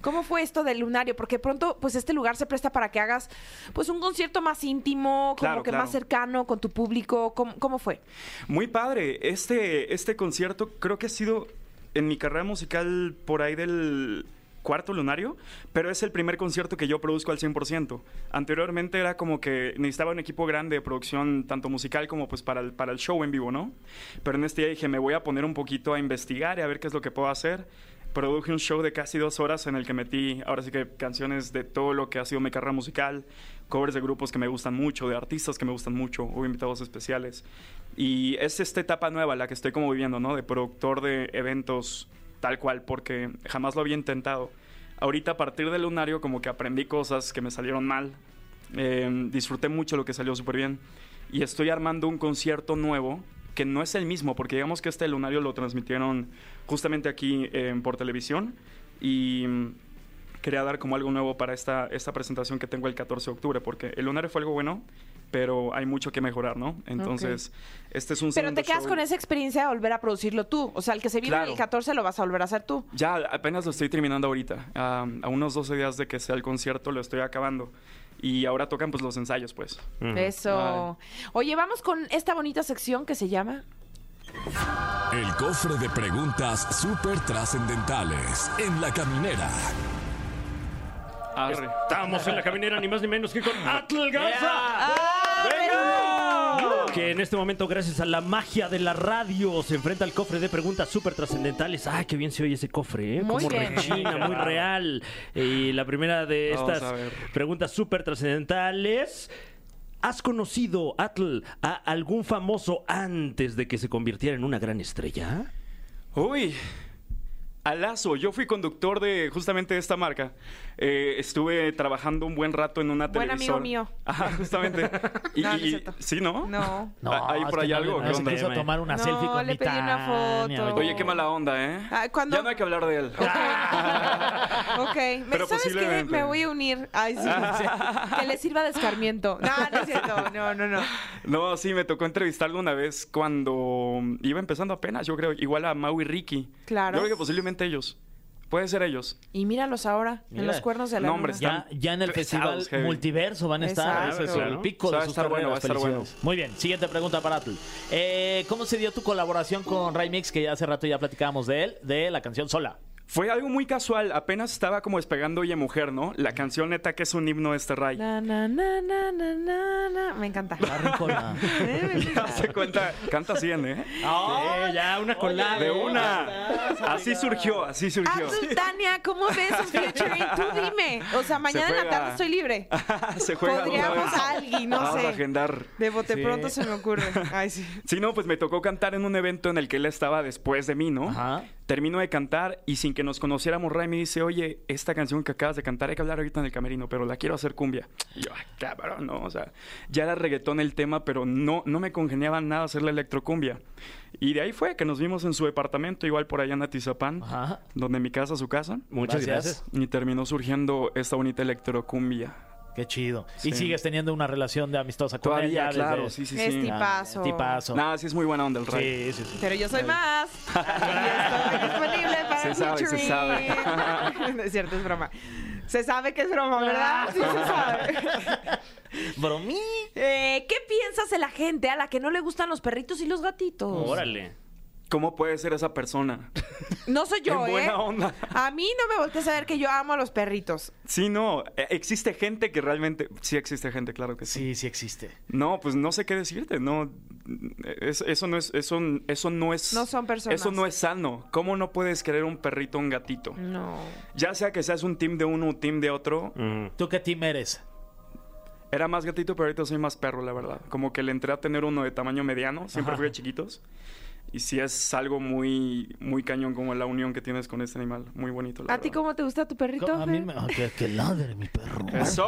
Speaker 2: ¿Cómo fue esto del lunario? Porque pronto, pues este lugar se presta para que hagas, pues un concierto más íntimo, como
Speaker 8: Claro,
Speaker 2: que
Speaker 8: claro.
Speaker 2: más cercano con tu público. ¿Cómo, cómo fue?
Speaker 8: Muy padre. Este, este concierto creo que ha sido en mi carrera musical por ahí del cuarto lunario, pero es el primer concierto que yo produzco al 100%. Anteriormente era como que necesitaba un equipo grande de producción, tanto musical como pues para el, para el show en vivo, ¿no? Pero en este día dije, me voy a poner un poquito a investigar y a ver qué es lo que puedo hacer. Produje un show de casi dos horas en el que metí, ahora sí que canciones de todo lo que ha sido mi carrera musical, covers de grupos que me gustan mucho, de artistas que me gustan mucho, hubo invitados especiales. Y es esta etapa nueva la que estoy como viviendo, ¿no? De productor de eventos tal cual, porque jamás lo había intentado. Ahorita a partir del lunario como que aprendí cosas que me salieron mal, eh, disfruté mucho lo que salió súper bien y estoy armando un concierto nuevo que no es el mismo, porque digamos que este lunario lo transmitieron justamente aquí eh, por televisión y mm, quería dar como algo nuevo para esta, esta presentación que tengo el 14 de octubre, porque el lunario fue algo bueno, pero hay mucho que mejorar, ¿no? Entonces, este es un
Speaker 2: Pero
Speaker 8: segundo
Speaker 2: te quedas
Speaker 8: show.
Speaker 2: con esa experiencia de volver a producirlo tú. O sea, el que se viene
Speaker 8: Claro.
Speaker 2: el 14 lo vas a volver a hacer tú.
Speaker 8: Ya, apenas lo estoy terminando ahorita. Ah, a unos 12 días de que sea el concierto lo estoy acabando. Y ahora tocan pues los ensayos, pues.
Speaker 2: Eso. Oye, vamos con esta bonita sección que se llama.
Speaker 1: El cofre de preguntas súper trascendentales en la caminera.
Speaker 8: Arre.
Speaker 4: Estamos en la caminera, ni más ni menos que con Atl Garza. Que en este momento, gracias a la magia de la radio, se enfrenta al cofre de preguntas súper trascendentales. ¡Ay, qué bien se oye ese cofre! ¿eh?
Speaker 2: Muy
Speaker 4: Como
Speaker 2: bien.
Speaker 4: rechina, muy real. Y la primera de
Speaker 8: Vamos
Speaker 4: estas
Speaker 8: a ver.
Speaker 4: preguntas súper trascendentales. ¿Has conocido, Atl, a algún famoso antes de que se convirtiera en una gran estrella?
Speaker 8: Uy. Alazo, yo fui conductor de justamente de esta marca. Eh, estuve trabajando un buen rato en una
Speaker 2: Buen amigo
Speaker 8: televisora.
Speaker 2: mío.
Speaker 8: Ajá, justamente. Y-
Speaker 2: No, no es
Speaker 8: y-
Speaker 2: cierto.
Speaker 8: ¿Sí, no?
Speaker 2: No.
Speaker 3: No,
Speaker 8: Ah, ¿hay
Speaker 3: es
Speaker 8: por
Speaker 3: que
Speaker 8: ahí
Speaker 3: no,
Speaker 8: algo?
Speaker 3: no,
Speaker 8: ¿Qué
Speaker 3: se
Speaker 8: onda?
Speaker 3: quiso tomar una
Speaker 2: No,
Speaker 3: selfie con
Speaker 2: le pedí una
Speaker 3: Mitania,
Speaker 2: foto.
Speaker 3: oye.
Speaker 8: Oye, qué mala onda, ¿eh?
Speaker 2: Ah, ¿cuándo?
Speaker 8: Ya no hay que hablar de él.
Speaker 2: Ok. Ok. Me-
Speaker 8: Pero
Speaker 2: ¿Sabes qué?
Speaker 8: posiblemente.
Speaker 2: Me voy a unir. Ay, sí. que le sirva de escarmiento. No, no es cierto. No, no, no.
Speaker 8: No, sí, me tocó entrevistarlo una vez cuando iba empezando apenas, yo creo, igual a Mau y Ricky.
Speaker 2: Claro.
Speaker 8: Yo creo que posiblemente ellos. Puede ser ellos.
Speaker 2: Y míralos ahora, en
Speaker 3: Mira.
Speaker 2: los cuernos de la
Speaker 8: No, hombre,
Speaker 2: luna.
Speaker 3: Ya, ya en el
Speaker 8: Pesados,
Speaker 3: festival
Speaker 8: Kevin.
Speaker 3: multiverso van a estar.
Speaker 2: Exacto.
Speaker 3: Ese es el
Speaker 8: Claro.
Speaker 3: pico
Speaker 8: O sea, va
Speaker 3: de
Speaker 8: a
Speaker 3: sus
Speaker 8: estar bueno,
Speaker 3: carreras.
Speaker 8: va a estar
Speaker 3: Felicidades. Muy bien, siguiente pregunta para Atul. Eh, ¿Cómo se dio tu colaboración con Ray Mix, que ya hace rato ya platicábamos de él, de la canción Sola?
Speaker 8: Fue algo muy casual, apenas estaba como despegando Oye Mujer, ¿no? La canción neta que es un himno de este ray.
Speaker 2: Na, na, na, na, na, na, na. Me encanta.
Speaker 8: Ah,
Speaker 3: La rincona.
Speaker 2: Eh, me
Speaker 8: Ya
Speaker 2: encanta.
Speaker 8: se cuenta, canta 100, ¿eh?
Speaker 4: Sí, ya, una colada.
Speaker 8: De una. Así surgió, así surgió.
Speaker 2: Azul, Ah, Tania, ¿cómo ves un featuring? Tú dime. O sea, mañana en la
Speaker 8: juega.
Speaker 2: tarde estoy libre.
Speaker 8: se juega.
Speaker 2: Ah, Podríamos
Speaker 8: una
Speaker 2: a
Speaker 8: vez.
Speaker 2: alguien, no
Speaker 8: Vamos
Speaker 2: sé.
Speaker 8: a agendar.
Speaker 2: De bote
Speaker 8: Sí.
Speaker 2: pronto se me ocurre. Ay, sí.
Speaker 8: Sí, no, pues me tocó cantar en un evento en el que él estaba después de mí, ¿no?
Speaker 3: Ajá.
Speaker 8: Termino de cantar y sin que nos conociéramos, Ray me dice, oye, esta canción que acabas de cantar hay que hablar ahorita en el camerino, pero la quiero hacer cumbia. Y yo, "Ay, cabrón, no, o sea, ya era reggaetón el tema, pero no, no me congeniaba nada hacer la electrocumbia. Y de ahí fue que nos vimos en su departamento, igual por allá en Atizapán,
Speaker 3: Ajá.
Speaker 8: donde mi casa, su casa,
Speaker 4: Muchas
Speaker 3: Gracias.
Speaker 4: gracias.
Speaker 8: y terminó surgiendo esta bonita electrocumbia.
Speaker 3: Qué chido. Y
Speaker 8: Sí.
Speaker 3: sigues teniendo una relación de amistosa con él.
Speaker 8: Todavía,
Speaker 3: ya desde-
Speaker 8: claro, sí, sí,
Speaker 2: Es
Speaker 8: sí.
Speaker 3: Ah,
Speaker 2: Tipazo.
Speaker 3: Tipazo.
Speaker 8: Nada, sí es muy buena onda el Ray.
Speaker 3: Sí, sí, sí.
Speaker 2: Pero yo soy más. Y estoy disponible para
Speaker 8: Se
Speaker 2: el
Speaker 8: sabe, se
Speaker 2: featuring. No es cierto, es broma. Se sabe que es broma, ¿verdad?
Speaker 8: Ah.
Speaker 2: Sí, se sabe.
Speaker 3: Bromí.
Speaker 2: Eh, ¿Qué piensas de la gente a la que no le gustan los perritos y los gatitos?
Speaker 4: Órale.
Speaker 8: ¿Cómo puede ser esa persona?
Speaker 2: No soy yo,
Speaker 8: En buena
Speaker 2: ¿eh?
Speaker 8: onda.
Speaker 2: A mí no me voltees a ver que yo amo a los perritos.
Speaker 8: Sí, no, e- existe gente que realmente... Sí existe gente, claro que sí.
Speaker 9: Sí, sí existe.
Speaker 8: No, pues no sé qué decirte, no... e, es- eso no es... Eso, eso no es...
Speaker 2: No son personas.
Speaker 8: Eso no es sano. ¿Cómo no puedes querer un perrito o un gatito?
Speaker 2: No.
Speaker 8: Ya sea que seas un team de uno o un team de otro,
Speaker 9: Mm.
Speaker 4: Mm.
Speaker 3: ¿Tú qué team eres?
Speaker 8: Era más gatito, pero ahorita soy más perro, la verdad. Como que le entré a tener uno de tamaño mediano, siempre fui de chiquitos. Y sí es algo muy, muy cañón como la unión que tienes con este animal. Muy bonito, la
Speaker 2: ¿A ti
Speaker 8: verdad.
Speaker 2: cómo te gusta tu perrito?
Speaker 3: A mí
Speaker 2: Fer?
Speaker 3: me... Ah, que, que ladre mi perro.
Speaker 8: ¡Eso!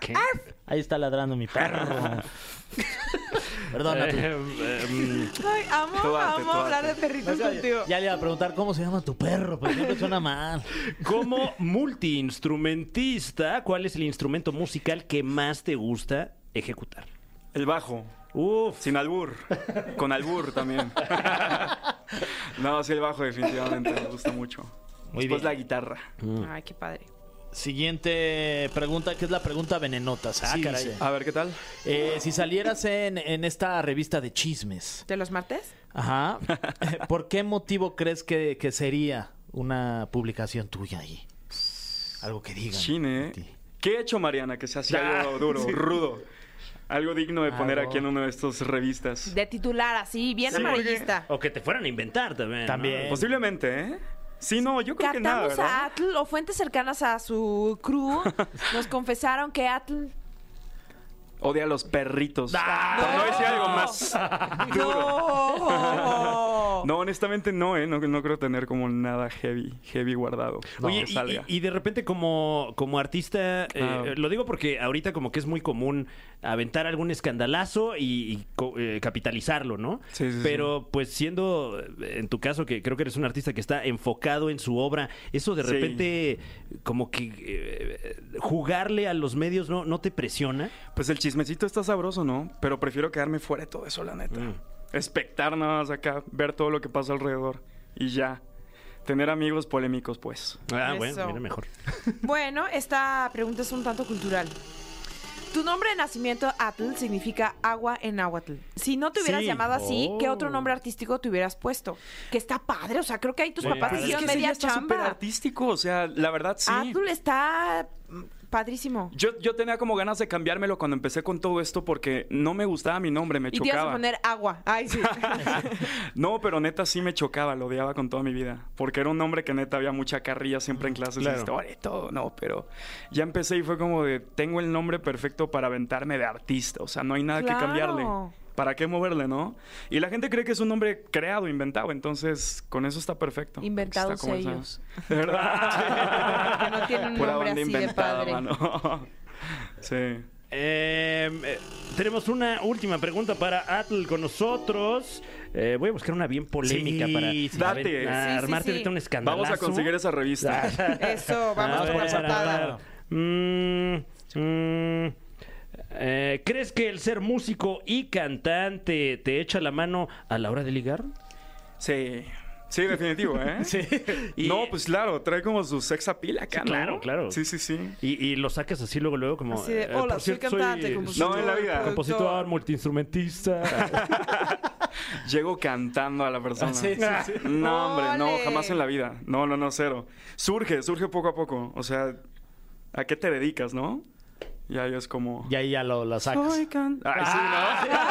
Speaker 4: ¿Qué?
Speaker 3: Ahí está ladrando mi perro. Perdona. tú.
Speaker 4: Eh, eh,
Speaker 2: Ay, amo,
Speaker 8: Tú date,
Speaker 2: amo
Speaker 8: tú
Speaker 2: hablar de
Speaker 8: date.
Speaker 2: perritos contigo.
Speaker 3: Ya le iba a preguntar cómo se llama tu perro, pero siempre suena mal.
Speaker 4: Como multiinstrumentista, ¿cuál es el instrumento musical que más te gusta ejecutar?
Speaker 8: El bajo.
Speaker 4: Uf,
Speaker 8: Sin albur. Con albur también. no, sí, el bajo definitivamente me gusta mucho.
Speaker 3: Muy
Speaker 8: Después
Speaker 3: bien.
Speaker 8: la guitarra.
Speaker 2: Ay, qué padre.
Speaker 3: Siguiente pregunta, que es la pregunta venenota. Sí,
Speaker 4: caray.
Speaker 3: dice,
Speaker 8: A ver, ¿qué tal?
Speaker 3: eh, si salieras en, en esta revista de chismes,
Speaker 2: ¿De los martes?
Speaker 3: ajá, ¿por qué motivo crees que, que sería una publicación tuya ahí? Algo que digan.
Speaker 8: Chine.
Speaker 3: de ti.
Speaker 8: ¿eh? ¿Qué he hecho, Mariana? Que se hacía algo duro, rudo. Algo digno de poner
Speaker 3: Algo.
Speaker 8: aquí en una de estas revistas.
Speaker 2: De titular así, bien
Speaker 8: Sí,
Speaker 2: amarillista.
Speaker 4: o que te fueran a inventar también. ¿no?
Speaker 3: También.
Speaker 8: Posiblemente, ¿eh? Sí, no, yo creo que nada,
Speaker 2: Catamos
Speaker 8: ¿verdad?
Speaker 2: a Atl o fuentes cercanas a su crew nos confesaron que Atl
Speaker 8: Odia a los perritos. Por no decir algo más.
Speaker 2: No.
Speaker 8: No, honestamente no, ¿eh? No, no creo tener como nada heavy, heavy guardado.
Speaker 4: Oye,
Speaker 8: que
Speaker 4: y-
Speaker 8: salga.
Speaker 4: y, y de repente como, como artista, eh,
Speaker 8: Ah.
Speaker 4: lo digo porque ahorita como que es muy común aventar algún escandalazo y, y co- eh, capitalizarlo, ¿no?
Speaker 8: Sí, sí, sí.
Speaker 4: Pero pues siendo, eh, en tu caso, que creo que eres un artista que está enfocado en su obra, eso de
Speaker 8: Sí.
Speaker 4: repente como que eh, jugarle a los medios no, no te presiona.
Speaker 8: Pues el chismecito está sabroso, ¿no? Pero prefiero quedarme fuera de todo eso, la neta. Espectar nada más acá, ver todo lo que pasa alrededor y ya. Tener amigos polémicos, pues.
Speaker 4: Ah,
Speaker 2: Eso.
Speaker 4: bueno, mira mejor.
Speaker 2: Bueno, esta pregunta es un tanto cultural. Tu nombre de nacimiento, Atl, significa agua en náhuatl. Si no te hubieras
Speaker 8: Sí. Oh.
Speaker 2: llamado así, ¿qué otro nombre artístico te hubieras puesto? Que está padre, o sea, creo que ahí tus papás
Speaker 8: Pues es
Speaker 2: hicieron
Speaker 8: que ese ya
Speaker 2: media
Speaker 8: está súper
Speaker 2: chamba. Ah,
Speaker 8: artístico, o sea, la verdad sí.
Speaker 2: Atl está mm, padrísimo.
Speaker 8: Yo, yo tenía como ganas de cambiármelo cuando empecé con todo esto porque no me gustaba mi nombre, me
Speaker 2: Y te ibas a
Speaker 8: chocaba.
Speaker 2: poner agua. Ay, sí.
Speaker 8: No, pero neta sí me chocaba, lo odiaba con toda mi vida. Porque era un hombre que neta había mucha carrilla siempre en clases de historia y todo, no, pero ya empecé y fue como de, tengo el nombre perfecto para aventarme de artista, o sea, no hay nada
Speaker 2: Claro.
Speaker 8: que cambiarle. ¿Para qué moverle, no? Y la gente cree que es un nombre creado, inventado, entonces con eso está perfecto.
Speaker 2: Inventados
Speaker 8: Está como esa-
Speaker 2: ellos.
Speaker 8: De verdad.
Speaker 2: Que no tienen un
Speaker 8: Pura
Speaker 2: nombre
Speaker 8: banda
Speaker 2: así de
Speaker 8: inventada,
Speaker 2: padre.
Speaker 8: mano. sí.
Speaker 4: Eh, eh, tenemos una última pregunta para Atl con nosotros. Eh, voy a buscar una bien polémica
Speaker 3: Sí,
Speaker 4: para
Speaker 3: sí,
Speaker 8: date.
Speaker 4: aven- a
Speaker 2: Sí, sí,
Speaker 4: armarte
Speaker 2: sí.
Speaker 4: ahorita un escándalo.
Speaker 8: Vamos a conseguir esa revista.
Speaker 2: Eso, vamos
Speaker 4: A
Speaker 2: por
Speaker 4: ver,
Speaker 2: esa
Speaker 4: a ver. Mm, mm, eh, ¿Crees que el ser músico y cantante te echa la mano a la hora de ligar?
Speaker 8: Sí. Sí, definitivo, ¿eh? sí. No, pues claro, trae como su sex appeal acá, ¿no?
Speaker 4: claro, claro.
Speaker 8: Sí, sí, sí.
Speaker 4: Y, y lo sacas así luego, luego como...
Speaker 2: Así de,
Speaker 4: eh,
Speaker 2: hola,
Speaker 4: por
Speaker 2: soy
Speaker 4: cierto,
Speaker 2: cantante, compositor.
Speaker 8: No, en la vida.
Speaker 4: Compositor,
Speaker 2: productor".
Speaker 4: multiinstrumentista.
Speaker 8: Llego cantando a la persona.
Speaker 3: Ah,
Speaker 8: Ah,
Speaker 3: sí, sí, sí.
Speaker 8: No, hombre, no,
Speaker 2: Ole.
Speaker 8: jamás en la vida. No, no, no, cero. Surge, surge poco a poco. O sea, ¿a qué te dedicas, no? Y ahí es como...
Speaker 3: Y ahí ya lo, lo sacas.
Speaker 8: Soy can- Ay, sí, ¿no?
Speaker 2: Ay,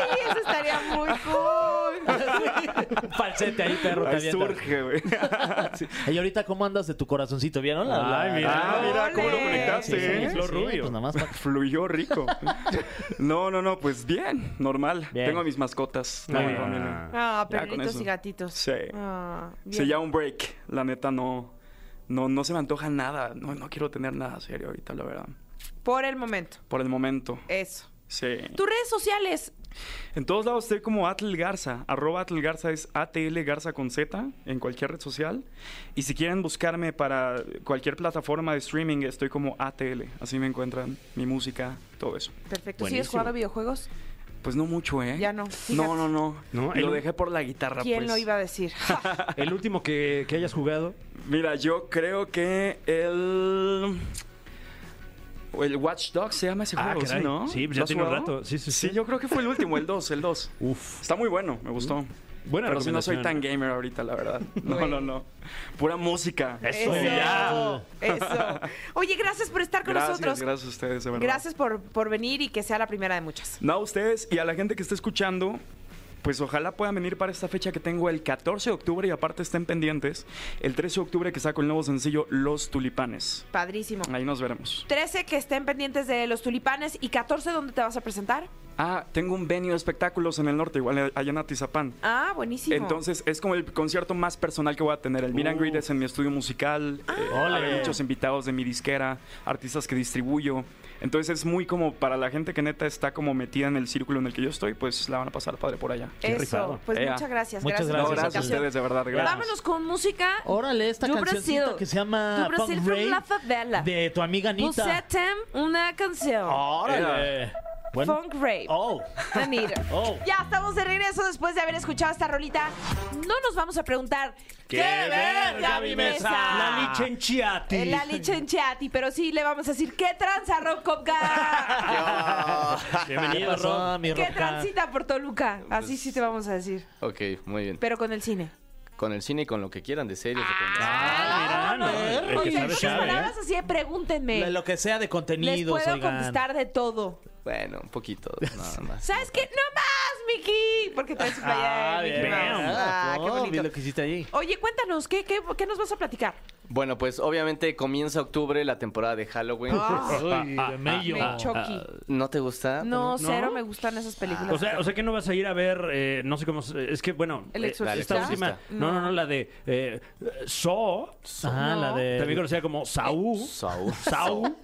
Speaker 3: Ah.
Speaker 2: eso estaría muy cool.
Speaker 3: Falsete ahí, perro. te
Speaker 8: Ahí
Speaker 3: avientas.
Speaker 8: surge, güey. Sí.
Speaker 3: Y ahorita, ¿cómo andas de tu corazoncito? ¿Vieron? La, la-
Speaker 4: Ay, mira.
Speaker 8: Ah, mira, ¿cómo lo
Speaker 2: Ole.
Speaker 8: conectaste?
Speaker 3: Sí, sí,
Speaker 8: eh?
Speaker 3: sí,
Speaker 4: Flor Rubio.
Speaker 3: Pues nada más pa-
Speaker 8: Fluyó rico. No, no, no, pues bien, normal.
Speaker 3: Bien.
Speaker 8: Tengo a mis mascotas, tengo a mi
Speaker 4: Ah.
Speaker 8: familia.
Speaker 2: Ah,
Speaker 8: Ya, con
Speaker 2: perritos
Speaker 8: eso.
Speaker 2: y gatitos.
Speaker 8: Sí.
Speaker 2: Ah,
Speaker 8: Se
Speaker 2: bien.
Speaker 8: ya un break. La neta no, no, no se me antoja nada. No, no quiero tener nada serio ahorita, la verdad.
Speaker 2: Por el momento.
Speaker 8: Por el momento.
Speaker 2: Eso.
Speaker 8: Sí.
Speaker 2: Tus redes sociales.
Speaker 8: En todos lados estoy como Atl Garza. Arroba Atl Garza es ATL Garza con Z en cualquier red social. Y si quieren buscarme para cualquier plataforma de streaming, estoy como ATL. Así me encuentran mi música, todo eso.
Speaker 2: Perfecto. ¿Sigues jugando a videojuegos?
Speaker 8: Pues no mucho, ¿eh?
Speaker 2: Ya no,
Speaker 8: No, no, no.
Speaker 4: No, el-
Speaker 8: Lo dejé por la guitarra,
Speaker 2: ¿Quién
Speaker 8: pues.
Speaker 2: lo iba a decir?
Speaker 4: el último que, que hayas jugado.
Speaker 8: Mira, yo creo que el. O El Watch Dogs se llama ese
Speaker 4: Ah,
Speaker 8: juego,
Speaker 4: caray.
Speaker 8: ¿sí, no?
Speaker 4: Sí, pues
Speaker 8: ¿Lo
Speaker 4: ya
Speaker 8: has
Speaker 4: tiene un
Speaker 8: jugado?
Speaker 4: rato. Sí, sí, sí.
Speaker 8: yo creo que fue el último, el 2, el 2.
Speaker 4: Uf.
Speaker 8: Está muy bueno, me gustó.
Speaker 4: Buena
Speaker 8: Pero sí no soy
Speaker 4: recomendación.
Speaker 8: tan gamer ahorita, la verdad. No, no, no. Pura música.
Speaker 2: Eso,
Speaker 4: ya.
Speaker 2: eso. Oye, gracias por estar con
Speaker 8: Gracias,
Speaker 2: nosotros.
Speaker 8: gracias a ustedes, de verdad.
Speaker 2: Gracias por, por venir y que sea la primera de muchas.
Speaker 8: No a ustedes y a la gente que está escuchando. Pues ojalá puedan venir para esta fecha que tengo el 14 de octubre y aparte estén pendientes el 13 de octubre que saco el nuevo sencillo Los Tulipanes.
Speaker 2: Padrísimo.
Speaker 8: Ahí nos veremos.
Speaker 2: 13 que estén pendientes de los tulipanes y 14 dónde te vas a presentar.
Speaker 8: Ah, tengo un venue de espectáculos en el norte, igual eh, allá en Atizapán.
Speaker 2: Ah, buenísimo.
Speaker 8: Entonces es como el concierto más personal que voy a tener. El Miran Grid es en mi estudio musical. eh,
Speaker 4: Ah,
Speaker 8: va a haber muchos invitados de mi disquera, artistas que distribuyo. Entonces es muy como para la gente que neta está como metida en el círculo en el que yo estoy, pues la van a pasar padre por allá.
Speaker 2: Eso,
Speaker 4: rifado.
Speaker 2: pues
Speaker 8: Ea.
Speaker 2: muchas gracias.
Speaker 3: Muchas
Speaker 2: gracias,
Speaker 8: No,
Speaker 2: por
Speaker 3: gracias
Speaker 8: gracias a
Speaker 2: esta
Speaker 8: ustedes, de verdad.
Speaker 2: ocasión.
Speaker 8: Gracias.
Speaker 2: Vámonos con música.
Speaker 3: Órale, esta
Speaker 2: Yo
Speaker 3: cancioncita
Speaker 2: Brasil.
Speaker 3: que se llama
Speaker 2: Tu Brasil
Speaker 3: Punk
Speaker 2: from
Speaker 3: Rave
Speaker 2: La Favela.
Speaker 3: de tu amiga
Speaker 2: Você
Speaker 3: Anita.
Speaker 2: tem una canción.
Speaker 3: Órale. Bueno.
Speaker 2: Funk Rave.
Speaker 3: Oh.
Speaker 2: Anita.
Speaker 3: Oh.
Speaker 2: Ya estamos de regreso después de haber escuchado esta rolita. No nos vamos a preguntar
Speaker 3: ¡Qué verga mi mesa!
Speaker 4: Lali
Speaker 2: Eh,
Speaker 4: Chenchiati.
Speaker 2: La licha en Chiati, pero sí le vamos a decir qué tranza Rob Copca?
Speaker 4: Ah,
Speaker 3: Bienvenido, Rob. Mi
Speaker 2: qué
Speaker 3: Robca.
Speaker 2: transita por Toluca. Así sí te vamos a decir,
Speaker 9: Ok, muy bien.
Speaker 2: pero con el cine.
Speaker 9: Con el cine y con lo que quieran de series. de contenido.
Speaker 2: Ah,
Speaker 3: no, el que
Speaker 2: Oye,
Speaker 3: sabe,
Speaker 2: muchas
Speaker 3: sabe,
Speaker 4: ¿eh?
Speaker 2: palabras así de
Speaker 3: De
Speaker 2: pregúntenme.
Speaker 3: Lo que sea de
Speaker 2: Les
Speaker 3: contenidos,
Speaker 2: puedo
Speaker 3: oigan.
Speaker 2: contestar de todo.
Speaker 9: Bueno, un poquito, nada más.
Speaker 2: ¿Sabes qué? ¡No más, Miki! Porque traes su playa
Speaker 3: Ah,
Speaker 2: de
Speaker 3: bien.
Speaker 2: Mickey Mouse. Ah, qué
Speaker 3: Oh, vi lo
Speaker 2: bonito.
Speaker 3: que hiciste allí.
Speaker 2: Oye, cuéntanos, ¿qué, qué, qué nos vas a platicar?
Speaker 9: Bueno, pues obviamente comienza octubre la temporada de Halloween.
Speaker 3: Uy, de mello.
Speaker 2: Me choqui.
Speaker 3: ah,
Speaker 9: ¿No te gusta?
Speaker 2: Ah. No,
Speaker 4: ¿No?
Speaker 2: cero me gustan esas películas.
Speaker 4: O sea, o sea que no vas a ir a ver, eh, no sé cómo, se- es que bueno,
Speaker 2: ¿El
Speaker 4: eh,
Speaker 2: exorcista?
Speaker 4: esta última, no, no, no, la de eh, Saw, eh,
Speaker 3: Ah, la de.
Speaker 4: también conocida como Saú,
Speaker 9: Saw.
Speaker 4: Saú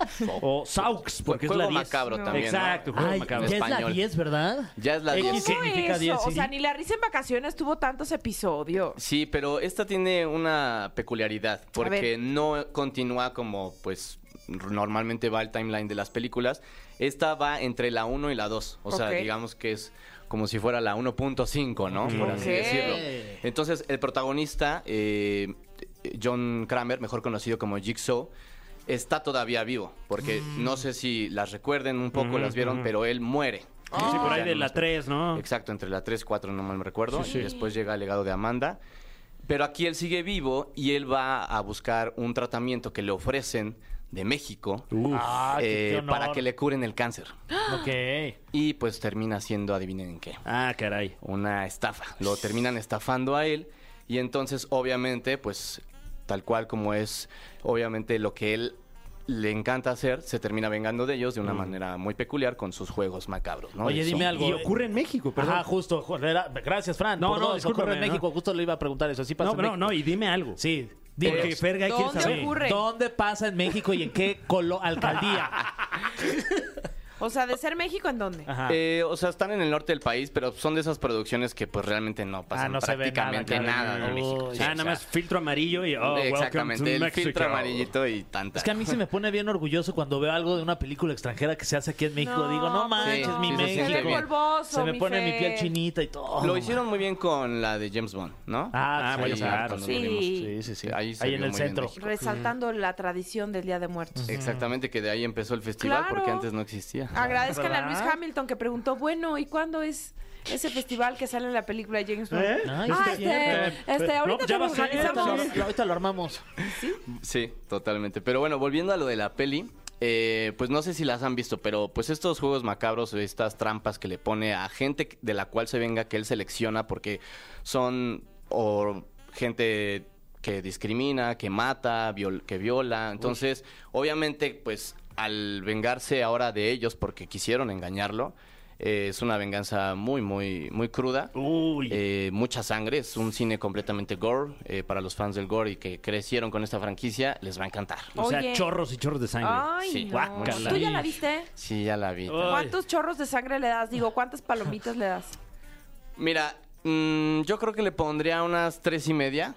Speaker 4: o Saux, porque es
Speaker 9: Juego
Speaker 4: la 10.
Speaker 9: macabro también. ¿no?
Speaker 4: Exacto, juego
Speaker 3: Ay,
Speaker 4: macabro.
Speaker 3: ya es la
Speaker 9: Español.
Speaker 3: 10, ¿verdad?
Speaker 9: Ya es la
Speaker 2: ¿Cómo
Speaker 9: 10.
Speaker 3: ¿qué significa
Speaker 2: eso?
Speaker 3: 10,
Speaker 2: O
Speaker 3: sí?
Speaker 2: sea, ni la risa en vacaciones tuvo tantos episodios.
Speaker 9: Sí, pero esta tiene una peculiaridad porque
Speaker 2: ver.
Speaker 9: no continúa como pues normalmente va el timeline de las películas. Esta va entre la 1 y la 2, o sea,
Speaker 2: Ok.
Speaker 9: digamos que es como si fuera la 1.5, ¿no? Por así
Speaker 2: Ok.
Speaker 9: decirlo. Entonces, el protagonista, eh, John Kramer, mejor conocido como Jigsaw, está todavía vivo, porque
Speaker 4: Mm.
Speaker 9: no sé si las recuerden un poco, las vieron, pero él muere.
Speaker 4: Sí, por ahí
Speaker 9: Ya
Speaker 4: de
Speaker 9: no
Speaker 4: la
Speaker 9: nos-
Speaker 4: 3, ¿no?
Speaker 9: Exacto, entre la 3 4, no mal me recuerdo. Y después llega el legado de Amanda. Pero aquí él sigue vivo y él va a buscar un tratamiento que le ofrecen de México
Speaker 3: Ah, qué-
Speaker 9: eh,
Speaker 3: qué honor.
Speaker 9: para que le curen el cáncer.
Speaker 3: Ok.
Speaker 9: Y pues termina siendo, adivinen en qué,
Speaker 4: Ah, caray.
Speaker 9: una estafa. Lo terminan estafando a él y entonces obviamente pues tal cual como es obviamente lo que él le encanta hacer, se termina vengando de ellos de una manera muy peculiar con sus juegos macabros. ¿no?
Speaker 3: Mm. Oye,
Speaker 9: Eso.
Speaker 3: dime algo.
Speaker 4: Y ocurre en México, perdón.
Speaker 3: Ajá, justo. jo- era- Gracias, Fran.
Speaker 4: No,
Speaker 3: por
Speaker 4: no,
Speaker 3: dos,
Speaker 4: discúlpame,
Speaker 3: ocurre en
Speaker 4: no.
Speaker 3: México. Justo le iba a preguntar eso. Sí pasa
Speaker 4: no,
Speaker 3: en
Speaker 4: no,
Speaker 3: México.
Speaker 4: no, y dime algo. Eh,
Speaker 3: Sí. Dime.
Speaker 4: Porque Ferga quiere
Speaker 2: ¿Dónde
Speaker 4: saber.
Speaker 2: ocurre?
Speaker 3: ¿Dónde pasa en México y en qué colo- alcaldía?
Speaker 2: O sea, de ser México, ¿en dónde?
Speaker 3: Ajá.
Speaker 9: Eh, o sea, están en el norte del país, pero son de esas producciones que pues realmente no pasan
Speaker 3: Ah, no se ve nada,
Speaker 9: prácticamente
Speaker 3: claro.
Speaker 9: nada, de
Speaker 3: Uy.
Speaker 9: México.
Speaker 4: Ah,
Speaker 9: Sí,
Speaker 4: nada
Speaker 9: o sea,
Speaker 4: más filtro amarillo y oh, welcome
Speaker 9: exactamente,
Speaker 4: to
Speaker 9: el
Speaker 4: Mexico.
Speaker 9: filtro amarillito y tanta.
Speaker 3: Es que a mí se me pone bien orgulloso cuando veo algo de una película extranjera que se hace aquí en México.
Speaker 2: No,
Speaker 3: Digo, no
Speaker 2: pues
Speaker 3: manches,
Speaker 9: no.
Speaker 3: mi
Speaker 9: Sí, se
Speaker 3: México.
Speaker 9: siente bien.
Speaker 2: Polvoso,
Speaker 3: se me
Speaker 2: mi
Speaker 3: pone mi
Speaker 2: Fer.
Speaker 3: piel chinita y todo.
Speaker 9: Lo hicieron muy bien con la de James Bond, ¿no?
Speaker 3: oh, Ah,
Speaker 4: Ah,
Speaker 3: bueno,
Speaker 9: Ahí,
Speaker 4: claro,
Speaker 9: cuando
Speaker 2: sí.
Speaker 9: lo vimos.
Speaker 3: Sí, sí, sí.
Speaker 9: Ahí se
Speaker 3: Ahí en
Speaker 9: vio
Speaker 3: el
Speaker 9: muy bien
Speaker 3: centro.
Speaker 9: México.
Speaker 2: Resaltando la tradición del Día de Muertos.
Speaker 9: Exactamente, que de ahí empezó el festival
Speaker 2: Claro.
Speaker 9: porque antes no existía.
Speaker 2: Agradezcanle a
Speaker 3: ¿Verdad?
Speaker 2: Luis Hamilton que preguntó, bueno, ¿y cuándo es ese festival que sale en la película de James Bond?
Speaker 3: Ay,
Speaker 2: Ah,
Speaker 3: sí,
Speaker 2: este,
Speaker 3: cierto.
Speaker 2: este,
Speaker 4: ¿Eh? No,
Speaker 2: ahorita
Speaker 4: pues
Speaker 2: te
Speaker 4: ya
Speaker 2: lo
Speaker 4: va a ser,
Speaker 2: organizamos.
Speaker 3: Ahorita lo- Ahorita lo armamos.
Speaker 9: Sí, totalmente. Pero bueno, volviendo a lo de la peli, eh, pues no sé si las han visto, pero pues estos juegos macabros, estas trampas que le pone a gente de la cual se venga que él selecciona porque son o gente que discrimina, que mata, viol- que viola. Entonces, obviamente, pues al vengarse ahora de ellos porque quisieron engañarlo, eh, es una venganza muy, muy, muy cruda.
Speaker 4: Uy.
Speaker 9: Eh, mucha sangre, es un cine completamente gore. eh, para los fans del gore y que crecieron con esta franquicia, les va a encantar.
Speaker 4: o sea,
Speaker 2: Oye.
Speaker 4: chorros y chorros de sangre.
Speaker 6: Mm,
Speaker 2: Ay,
Speaker 9: Sí.
Speaker 2: no.
Speaker 4: Guácala.
Speaker 2: ¿Tú ya la viste?
Speaker 9: Sí, ya la vi.
Speaker 4: Ay.
Speaker 2: ¿Cuántos chorros de sangre le das? Digo, ¿cuántas palomitas le das?
Speaker 9: Mira, mm, yo creo que le pondría unas tres y media,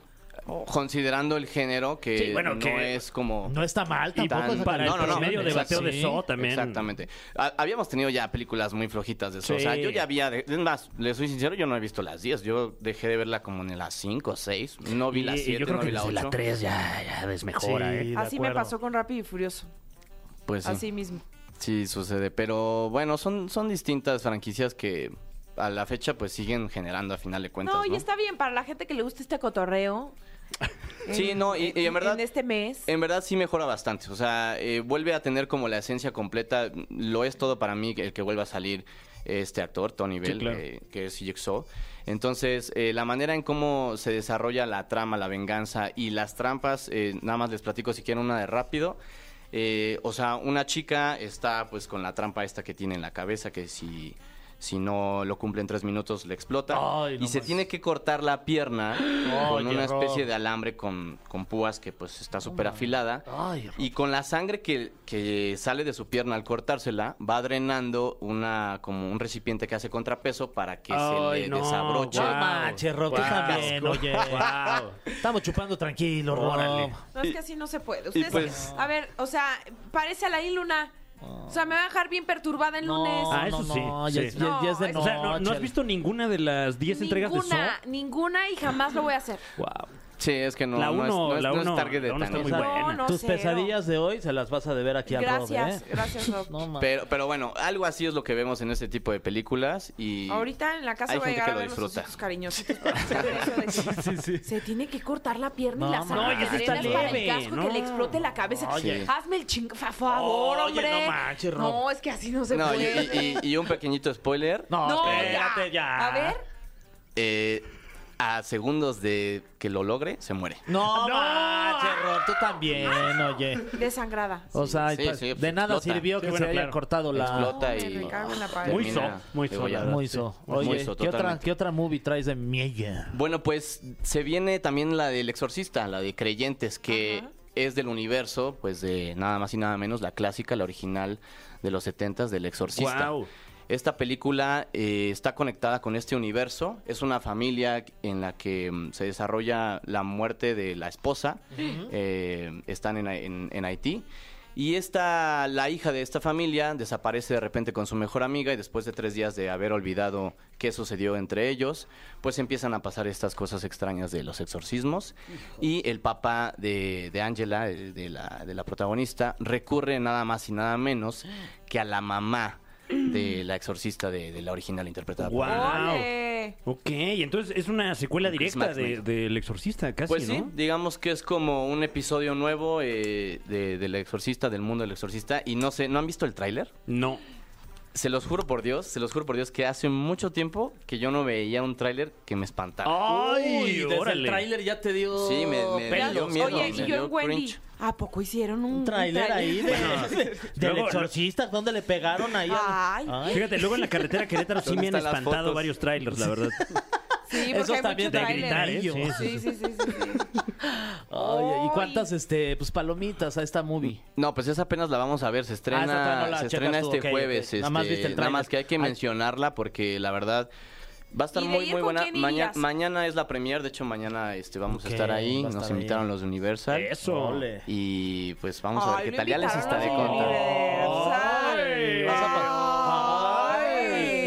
Speaker 9: considerando el género,
Speaker 4: Oh.
Speaker 9: que
Speaker 4: Sí, bueno,
Speaker 9: no
Speaker 4: que
Speaker 9: es como...
Speaker 3: No está mal tampoco.
Speaker 2: pues,
Speaker 9: tan-
Speaker 3: esa
Speaker 4: para el
Speaker 3: canción.
Speaker 4: promedio de
Speaker 9: exacto.
Speaker 4: bateo de
Speaker 3: Sí.
Speaker 4: Saw también.
Speaker 9: Exactamente. Ha- habíamos tenido ya películas muy flojitas de eso. O sea,
Speaker 4: Sí.
Speaker 9: yo ya había. de- es más, les soy sincero, yo no he visto las 10. Yo dejé de verla como en las 5 o 6. No vi
Speaker 4: Y-
Speaker 9: las
Speaker 4: y yo
Speaker 9: 7,
Speaker 4: creo
Speaker 9: no
Speaker 4: que
Speaker 9: vi la
Speaker 4: desde la
Speaker 9: 8.
Speaker 4: 3 ya, ya ves mejora,
Speaker 3: Sí,
Speaker 4: ¿eh?
Speaker 3: de
Speaker 2: Así me
Speaker 3: acuerdo.
Speaker 2: pasó con Rápido y Furioso.
Speaker 9: Pues sí.
Speaker 2: Así mismo.
Speaker 9: Sí, sucede. Pero bueno, son, son distintas franquicias que a la fecha pues siguen generando a final de cuentas.
Speaker 2: No,
Speaker 9: No,
Speaker 2: y está bien para la gente que le gusta este cotorreo.
Speaker 9: Sí, no, y- y en verdad-
Speaker 2: En este mes.
Speaker 3: Pues,
Speaker 9: En verdad sí mejora bastante. O sea, eh, vuelve a tener como la esencia completa. Lo es todo para mí el que vuelva a salir este actor, Tony Bell,
Speaker 6: claro.
Speaker 9: eh, que es Jigsaw. Entonces, eh, la manera en cómo se desarrolla la trama, la venganza y las trampas, eh, nada más les platico si quieren una de rápido. Eh, o sea, una chica está pues con la trampa esta que tiene en la cabeza, que si, si no lo cumple en tres minutos le explota.
Speaker 3: Ay,
Speaker 9: y
Speaker 3: no
Speaker 9: se
Speaker 3: más.
Speaker 9: tiene que cortar la pierna con
Speaker 3: Oye,
Speaker 9: una
Speaker 3: Rob.
Speaker 9: especie de alambre con, con púas que pues está súper afilada.
Speaker 3: Ay,
Speaker 9: Y con la sangre que, que sale de su pierna al cortársela, va drenando una como un recipiente que hace contrapeso para que se le desabroche.
Speaker 3: No
Speaker 6: ah,
Speaker 3: manches, Rob, tú también, oye. Estamos chupando tranquilo, Rob.
Speaker 6: Órale.
Speaker 2: No, es que así no se puede. Ustedes,
Speaker 8: pues-
Speaker 2: a ver, o sea, parece a la Luna. O sea, me va a dejar bien perturbada el lunes.
Speaker 6: Ah, eso
Speaker 3: no,
Speaker 6: sí,
Speaker 3: no, ya,
Speaker 6: sí.
Speaker 3: es- ya- ya es de
Speaker 2: No,
Speaker 3: noche.
Speaker 6: O sea, ¿no, no has
Speaker 3: Ale.
Speaker 6: visto ninguna de las 10 entregas de Saw?
Speaker 2: ninguna, ninguna y jamás lo voy a hacer.
Speaker 9: Sí, es que no,
Speaker 6: La
Speaker 9: no es-
Speaker 6: uno-
Speaker 9: no es,
Speaker 6: la
Speaker 9: no es
Speaker 6: uno-
Speaker 9: target de
Speaker 6: la uno está
Speaker 9: Thanos.
Speaker 6: muy
Speaker 2: no,
Speaker 6: buena.
Speaker 2: no
Speaker 3: Tus
Speaker 2: sé,
Speaker 3: pesadillas de hoy se las vas a deber aquí
Speaker 2: no.
Speaker 3: al
Speaker 2: Gracias,
Speaker 3: Rob, ¿eh?
Speaker 2: gracias Rob.
Speaker 3: No mames.
Speaker 9: Pero, pero bueno, algo así es lo que vemos en este tipo de películas. Y
Speaker 2: Ahorita en la casa
Speaker 9: Hay
Speaker 2: voy a
Speaker 9: gente
Speaker 2: llegar
Speaker 9: que
Speaker 2: a
Speaker 9: lo
Speaker 2: ver los
Speaker 9: disfruta.
Speaker 2: ositos cariñositos. para hacer eso de- Se tiene que cortar la pierna y
Speaker 3: No,
Speaker 2: la
Speaker 3: ma.
Speaker 2: sangre
Speaker 3: No,
Speaker 2: que
Speaker 3: y eso está
Speaker 2: drenas para el
Speaker 6: leve,
Speaker 2: casco que
Speaker 6: no.
Speaker 2: le explote la cabeza. Hazme el ching, fa- favor,
Speaker 3: Oye,
Speaker 2: hombre.
Speaker 3: no manches, Rob.
Speaker 2: No, es que así no se
Speaker 9: No, y,
Speaker 2: puede.
Speaker 9: y- y- y un pequeñito spoiler.
Speaker 3: No,
Speaker 2: No,
Speaker 3: espérate, ya.
Speaker 2: A ver,
Speaker 9: eh, a segundos de que lo logre, se muere.
Speaker 6: Ah,
Speaker 3: No, manches, Rob, tú también, oye.
Speaker 2: desangrada.
Speaker 3: O sea,
Speaker 9: sí,
Speaker 3: pues,
Speaker 9: sí,
Speaker 3: de nada
Speaker 9: explota.
Speaker 3: sirvió
Speaker 6: Sí,
Speaker 3: que
Speaker 6: bueno,
Speaker 3: se haya
Speaker 6: claro.
Speaker 3: cortado la... Ah,
Speaker 9: Explota
Speaker 2: No,
Speaker 9: y.
Speaker 2: me cago en la pared.
Speaker 6: Muy
Speaker 9: termina
Speaker 6: so, muy so, la
Speaker 9: degollada.
Speaker 6: verdad.
Speaker 3: Muy so.
Speaker 9: Muy
Speaker 3: Oye,
Speaker 9: so,
Speaker 3: ¿qué, otra,
Speaker 9: totalmente.
Speaker 3: ¿qué otra movie traes de Miella?
Speaker 9: Bueno, pues se viene también la del exorcista, la de creyentes, que
Speaker 2: Ajá.
Speaker 9: es del universo, pues de nada más y nada menos, la clásica, la original de los 70s del exorcista.
Speaker 6: Guau.
Speaker 9: Esta película eh, está conectada con este universo. Es una familia en la que mm, se desarrolla la muerte de la esposa. Eh, están en, en- en Haití. Y esta, la hija de esta familia desaparece de repente con su mejor amiga y después de tres días de haber olvidado qué sucedió entre ellos, pues empiezan a pasar estas cosas extrañas de los exorcismos. Y el papá de, de Angela, eh, de la, de la protagonista, recurre nada más y nada menos que a la mamá de la exorcista de, de la original interpretada. por-
Speaker 6: Guau.
Speaker 2: Ole.
Speaker 6: Ok, entonces es una secuela
Speaker 9: Con Chris
Speaker 6: directa de,
Speaker 9: Maxwell.
Speaker 6: del Exorcista, casi,
Speaker 9: Pues
Speaker 6: ¿no?
Speaker 9: sí, digamos que es como un episodio nuevo eh, de, del exorcista, del mundo del exorcista. Y no sé, ¿no han visto el tráiler?
Speaker 6: No.
Speaker 9: Se los juro por Dios, se los juro por Dios que hace mucho tiempo que yo no veía un tráiler que me
Speaker 3: Oh.
Speaker 9: espantara.
Speaker 6: ¡Ay, órale!
Speaker 3: ya te dio...
Speaker 9: Sí, me- me
Speaker 3: pelos.
Speaker 9: dio miedo.
Speaker 2: Oye, y
Speaker 9: me
Speaker 2: yo
Speaker 9: dio
Speaker 2: en Wendy.
Speaker 9: cringe.
Speaker 2: ¿A poco hicieron un,
Speaker 3: Un tráiler ahí de, del
Speaker 6: Luego-
Speaker 3: exorcista, ¿dónde le pegaron ahí? al-
Speaker 2: Ay.
Speaker 6: Fíjate, luego en la carretera a Querétaro sí
Speaker 9: ¿Dónde
Speaker 6: me han
Speaker 9: están las
Speaker 6: espantado
Speaker 9: fotos?
Speaker 6: varios trailers, la verdad.
Speaker 2: Sí,
Speaker 3: Esos
Speaker 2: porque hay
Speaker 3: también
Speaker 2: mucho
Speaker 6: de
Speaker 2: tráiler.
Speaker 6: gritar, ¿eh? Sí,
Speaker 2: Sí, sí, sí, sí, sí.
Speaker 3: Oye, ¿y
Speaker 2: Ay.
Speaker 3: cuántas este, pues, palomitas a esta movie?
Speaker 9: No, pues esa apenas la vamos a ver,
Speaker 3: Ah,
Speaker 9: se
Speaker 3: esa
Speaker 9: estrena,
Speaker 3: todavía no la
Speaker 9: se
Speaker 3: checas
Speaker 9: estrena
Speaker 3: tú,
Speaker 9: este
Speaker 3: ok, ok.
Speaker 9: jueves.
Speaker 3: Nada más
Speaker 9: este,
Speaker 3: viste el
Speaker 9: nada
Speaker 3: tráiler.
Speaker 9: más que hay que
Speaker 3: Ay.
Speaker 9: mencionarla porque la verdad va a estar
Speaker 2: ¿Y de
Speaker 9: muy
Speaker 2: ir
Speaker 9: muy
Speaker 2: con
Speaker 9: buena.
Speaker 2: quién
Speaker 9: Maña-
Speaker 2: irías?
Speaker 9: mañana es la premier, de hecho mañana este
Speaker 3: Ok,
Speaker 9: vamos a estar ahí,
Speaker 3: va a
Speaker 9: nos
Speaker 3: estar
Speaker 9: invitaron
Speaker 3: ahí.
Speaker 9: los de Universal.
Speaker 6: Eso.
Speaker 3: Ole.
Speaker 9: Y pues vamos a
Speaker 2: Ay,
Speaker 9: ver qué
Speaker 2: no
Speaker 9: tal. Ya les
Speaker 2: invitaron a
Speaker 9: estaré
Speaker 2: los
Speaker 9: contando.
Speaker 2: Universal.
Speaker 3: Vas a pa-
Speaker 2: Ay.
Speaker 3: Ay.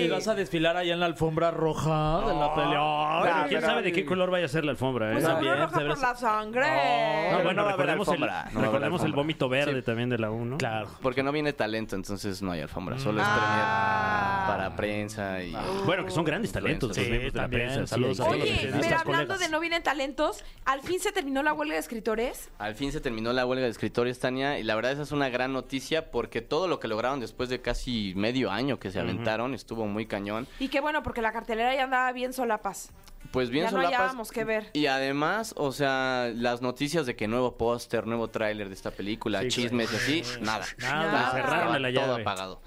Speaker 3: Y vas a desfilar allá en la alfombra roja de la pelea.
Speaker 6: Bueno, ¿Quién sabe de qué color vaya a ser la alfombra?
Speaker 2: Pues
Speaker 6: eh?
Speaker 3: no,
Speaker 2: también,
Speaker 3: También,
Speaker 2: roja
Speaker 3: se
Speaker 2: por
Speaker 3: ve-
Speaker 2: la sangre.
Speaker 6: No,
Speaker 9: Pero
Speaker 6: bueno,
Speaker 9: no va a haber
Speaker 6: recordemos, el,
Speaker 9: alfombra, no va a haber
Speaker 6: recordemos el
Speaker 9: alfombra.
Speaker 6: vómito verde también de la 1.
Speaker 3: Claro.
Speaker 9: Porque no viene talento, entonces no hay alfombra, solo es
Speaker 2: Ah.
Speaker 9: premier para prensa y
Speaker 3: Ah.
Speaker 6: Bueno, que son grandes talentos.
Speaker 9: Sí,
Speaker 6: los miembros de la
Speaker 3: también,
Speaker 6: prensa.
Speaker 3: sí,
Speaker 6: Saludos a
Speaker 3: hay
Speaker 6: todos
Speaker 3: que
Speaker 6: los
Speaker 2: Oye,
Speaker 3: entrevistas,
Speaker 2: pero
Speaker 6: periodistas.
Speaker 2: hablando
Speaker 3: colegas.
Speaker 2: de no vienen talentos, al fin se terminó la huelga de escritores.
Speaker 9: Al fin se terminó la huelga de escritores, Tania, y la verdad esa es una gran noticia porque todo lo que lograron después de casi medio año que se aventaron estuvo muy cañón.
Speaker 2: Y qué bueno, porque la cartelera ya andaba bien solapas.
Speaker 9: Pues bien
Speaker 2: Ya no
Speaker 9: solapas.
Speaker 2: hallábamos qué ver.
Speaker 9: Y además, o sea, las noticias de que nuevo póster, nuevo tráiler de esta película,
Speaker 6: Sí,
Speaker 9: chismes y así, nada.
Speaker 6: Nada,
Speaker 9: Estaba-
Speaker 6: cerrarle la
Speaker 9: estaba
Speaker 6: llave.
Speaker 9: Todo apagado.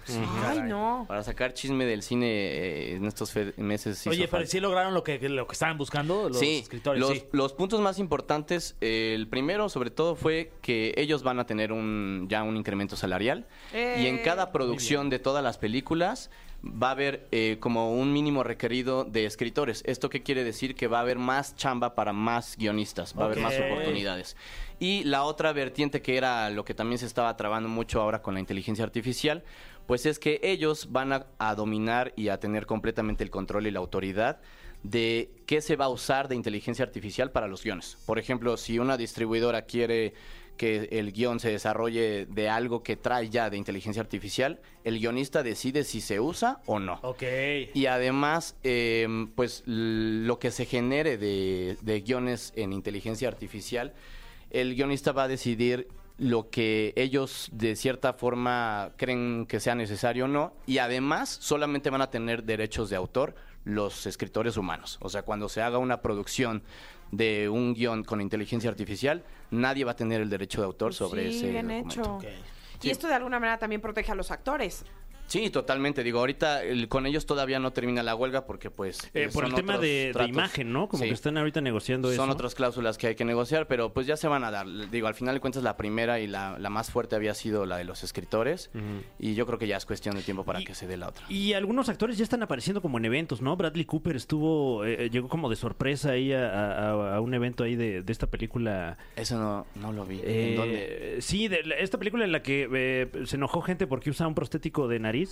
Speaker 2: Ay, no.
Speaker 9: Para sacar chisme del cine eh, en estos fe- meses. hizo
Speaker 3: Oye, pero
Speaker 9: falta.
Speaker 3: sí lograron lo que, lo que estaban buscando los
Speaker 9: sí,
Speaker 3: escritores.
Speaker 9: los,
Speaker 3: sí.
Speaker 9: los puntos más importantes, eh, el primero sobre todo fue que ellos van a tener un ya un incremento salarial
Speaker 2: Eh,
Speaker 9: y en cada producción de todas las películas va a haber eh, como un mínimo requerido de escritores. ¿Esto qué quiere decir? Que va a haber más chamba para más guionistas, va a haber más
Speaker 3: Ok.
Speaker 9: oportunidades. Y la otra vertiente que era lo que también se estaba trabando mucho ahora con la inteligencia artificial, pues es que ellos van a, a dominar y a tener completamente el control y la autoridad de qué se va a usar de inteligencia artificial para los guiones. Por ejemplo, si una distribuidora quiere que el guión se desarrolle de algo que trae ya de inteligencia artificial, el guionista decide si se usa o no.
Speaker 4: Ok.
Speaker 9: Y además, eh, pues l- lo que se genere de, de guiones en inteligencia artificial, el guionista va a decidir lo que ellos de cierta forma creen que sea necesario o no. Y además, solamente van a tener derechos de autor los escritores humanos. O sea, cuando se haga una producción de un guión con inteligencia artificial, nadie va a tener el derecho de autor
Speaker 2: Pues
Speaker 9: sobre
Speaker 2: sí,
Speaker 9: ese
Speaker 2: bien
Speaker 9: documento.
Speaker 2: hecho. Y esto de alguna manera también protege a los actores.
Speaker 9: Sí, totalmente. Digo, ahorita el- con ellos todavía no termina la huelga porque pues...
Speaker 4: Eh,
Speaker 9: eh,
Speaker 4: por
Speaker 9: son
Speaker 4: el tema
Speaker 9: otros
Speaker 4: de, de
Speaker 9: tratos.
Speaker 4: imagen, ¿no? Como
Speaker 9: Sí.
Speaker 4: que están ahorita negociando eso.
Speaker 9: Son otras cláusulas que hay que negociar, pero pues ya se van a dar. Digo, al final de cuentas la primera y la, la más fuerte había sido la de los escritores y yo creo que ya es cuestión de tiempo para
Speaker 4: Y-
Speaker 9: que se dé la otra.
Speaker 4: Y algunos actores ya están apareciendo como en eventos, ¿no? Bradley Cooper estuvo, eh, eh, llegó como de sorpresa ahí a, a- a un evento ahí de, de esta película.
Speaker 9: Eso no, no lo vi.
Speaker 4: eh,
Speaker 9: ¿En dónde?
Speaker 4: Sí, de la- esta película en la que eh, se enojó gente porque usaba un prostético de nariz.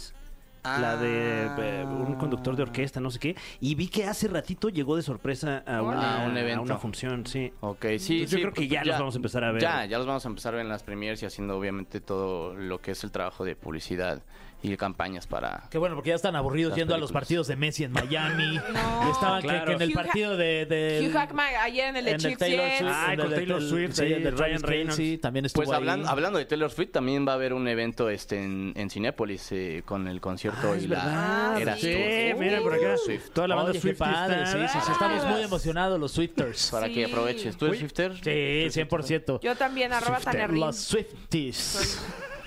Speaker 4: La de eh, un conductor de orquesta, no sé qué. Y vi que hace ratito llegó de sorpresa a una,
Speaker 9: A un evento.
Speaker 4: a una función, sí.
Speaker 9: Ok, sí,
Speaker 4: Entonces, yo
Speaker 9: sí,
Speaker 4: creo que
Speaker 9: pues,
Speaker 4: ya los vamos a empezar a ver.
Speaker 9: Ya, ya los vamos a empezar a ver en las premiers y haciendo obviamente todo lo que es el trabajo de publicidad y campañas para...
Speaker 3: Qué bueno, porque ya están aburridos
Speaker 9: Las
Speaker 3: yendo a los
Speaker 9: películas.
Speaker 3: partidos de Messi en Miami.
Speaker 2: No.
Speaker 3: Estaban que-
Speaker 4: Claro.
Speaker 3: que en el
Speaker 2: Hugh Jack-
Speaker 3: partido de... de-
Speaker 2: Hugh Jackman ayer en el de
Speaker 3: en
Speaker 2: Chiefs
Speaker 3: Taylor
Speaker 2: Jets.
Speaker 3: Swift,
Speaker 4: Ah,
Speaker 3: en
Speaker 4: con
Speaker 3: el de-
Speaker 4: Taylor
Speaker 3: del-
Speaker 4: Swift,
Speaker 3: sí,
Speaker 4: ahí,
Speaker 3: el de
Speaker 4: Ryan
Speaker 3: Travis Kelce,
Speaker 4: Reynolds.
Speaker 3: también estuvo
Speaker 9: Pues hablan-
Speaker 3: ahí.
Speaker 9: hablando de Taylor Swift, también va a haber un evento este en, en Cinépolis eh, con el concierto
Speaker 4: Ah,
Speaker 9: y
Speaker 4: es
Speaker 9: la
Speaker 4: verdad.
Speaker 9: era
Speaker 4: sí, eh,
Speaker 9: Swift.
Speaker 4: mira por acá. Toda la banda
Speaker 3: Oye, qué
Speaker 4: Swiftie
Speaker 3: padre,
Speaker 4: está-
Speaker 3: sí, sí, sí, estamos muy emocionados los Swifters.
Speaker 9: Para
Speaker 2: Sí.
Speaker 9: que aproveches. ¿Tú eres Swifter?
Speaker 3: Sí, 100%.
Speaker 2: Yo también, arroba Tanerrin.
Speaker 3: Los Swifties.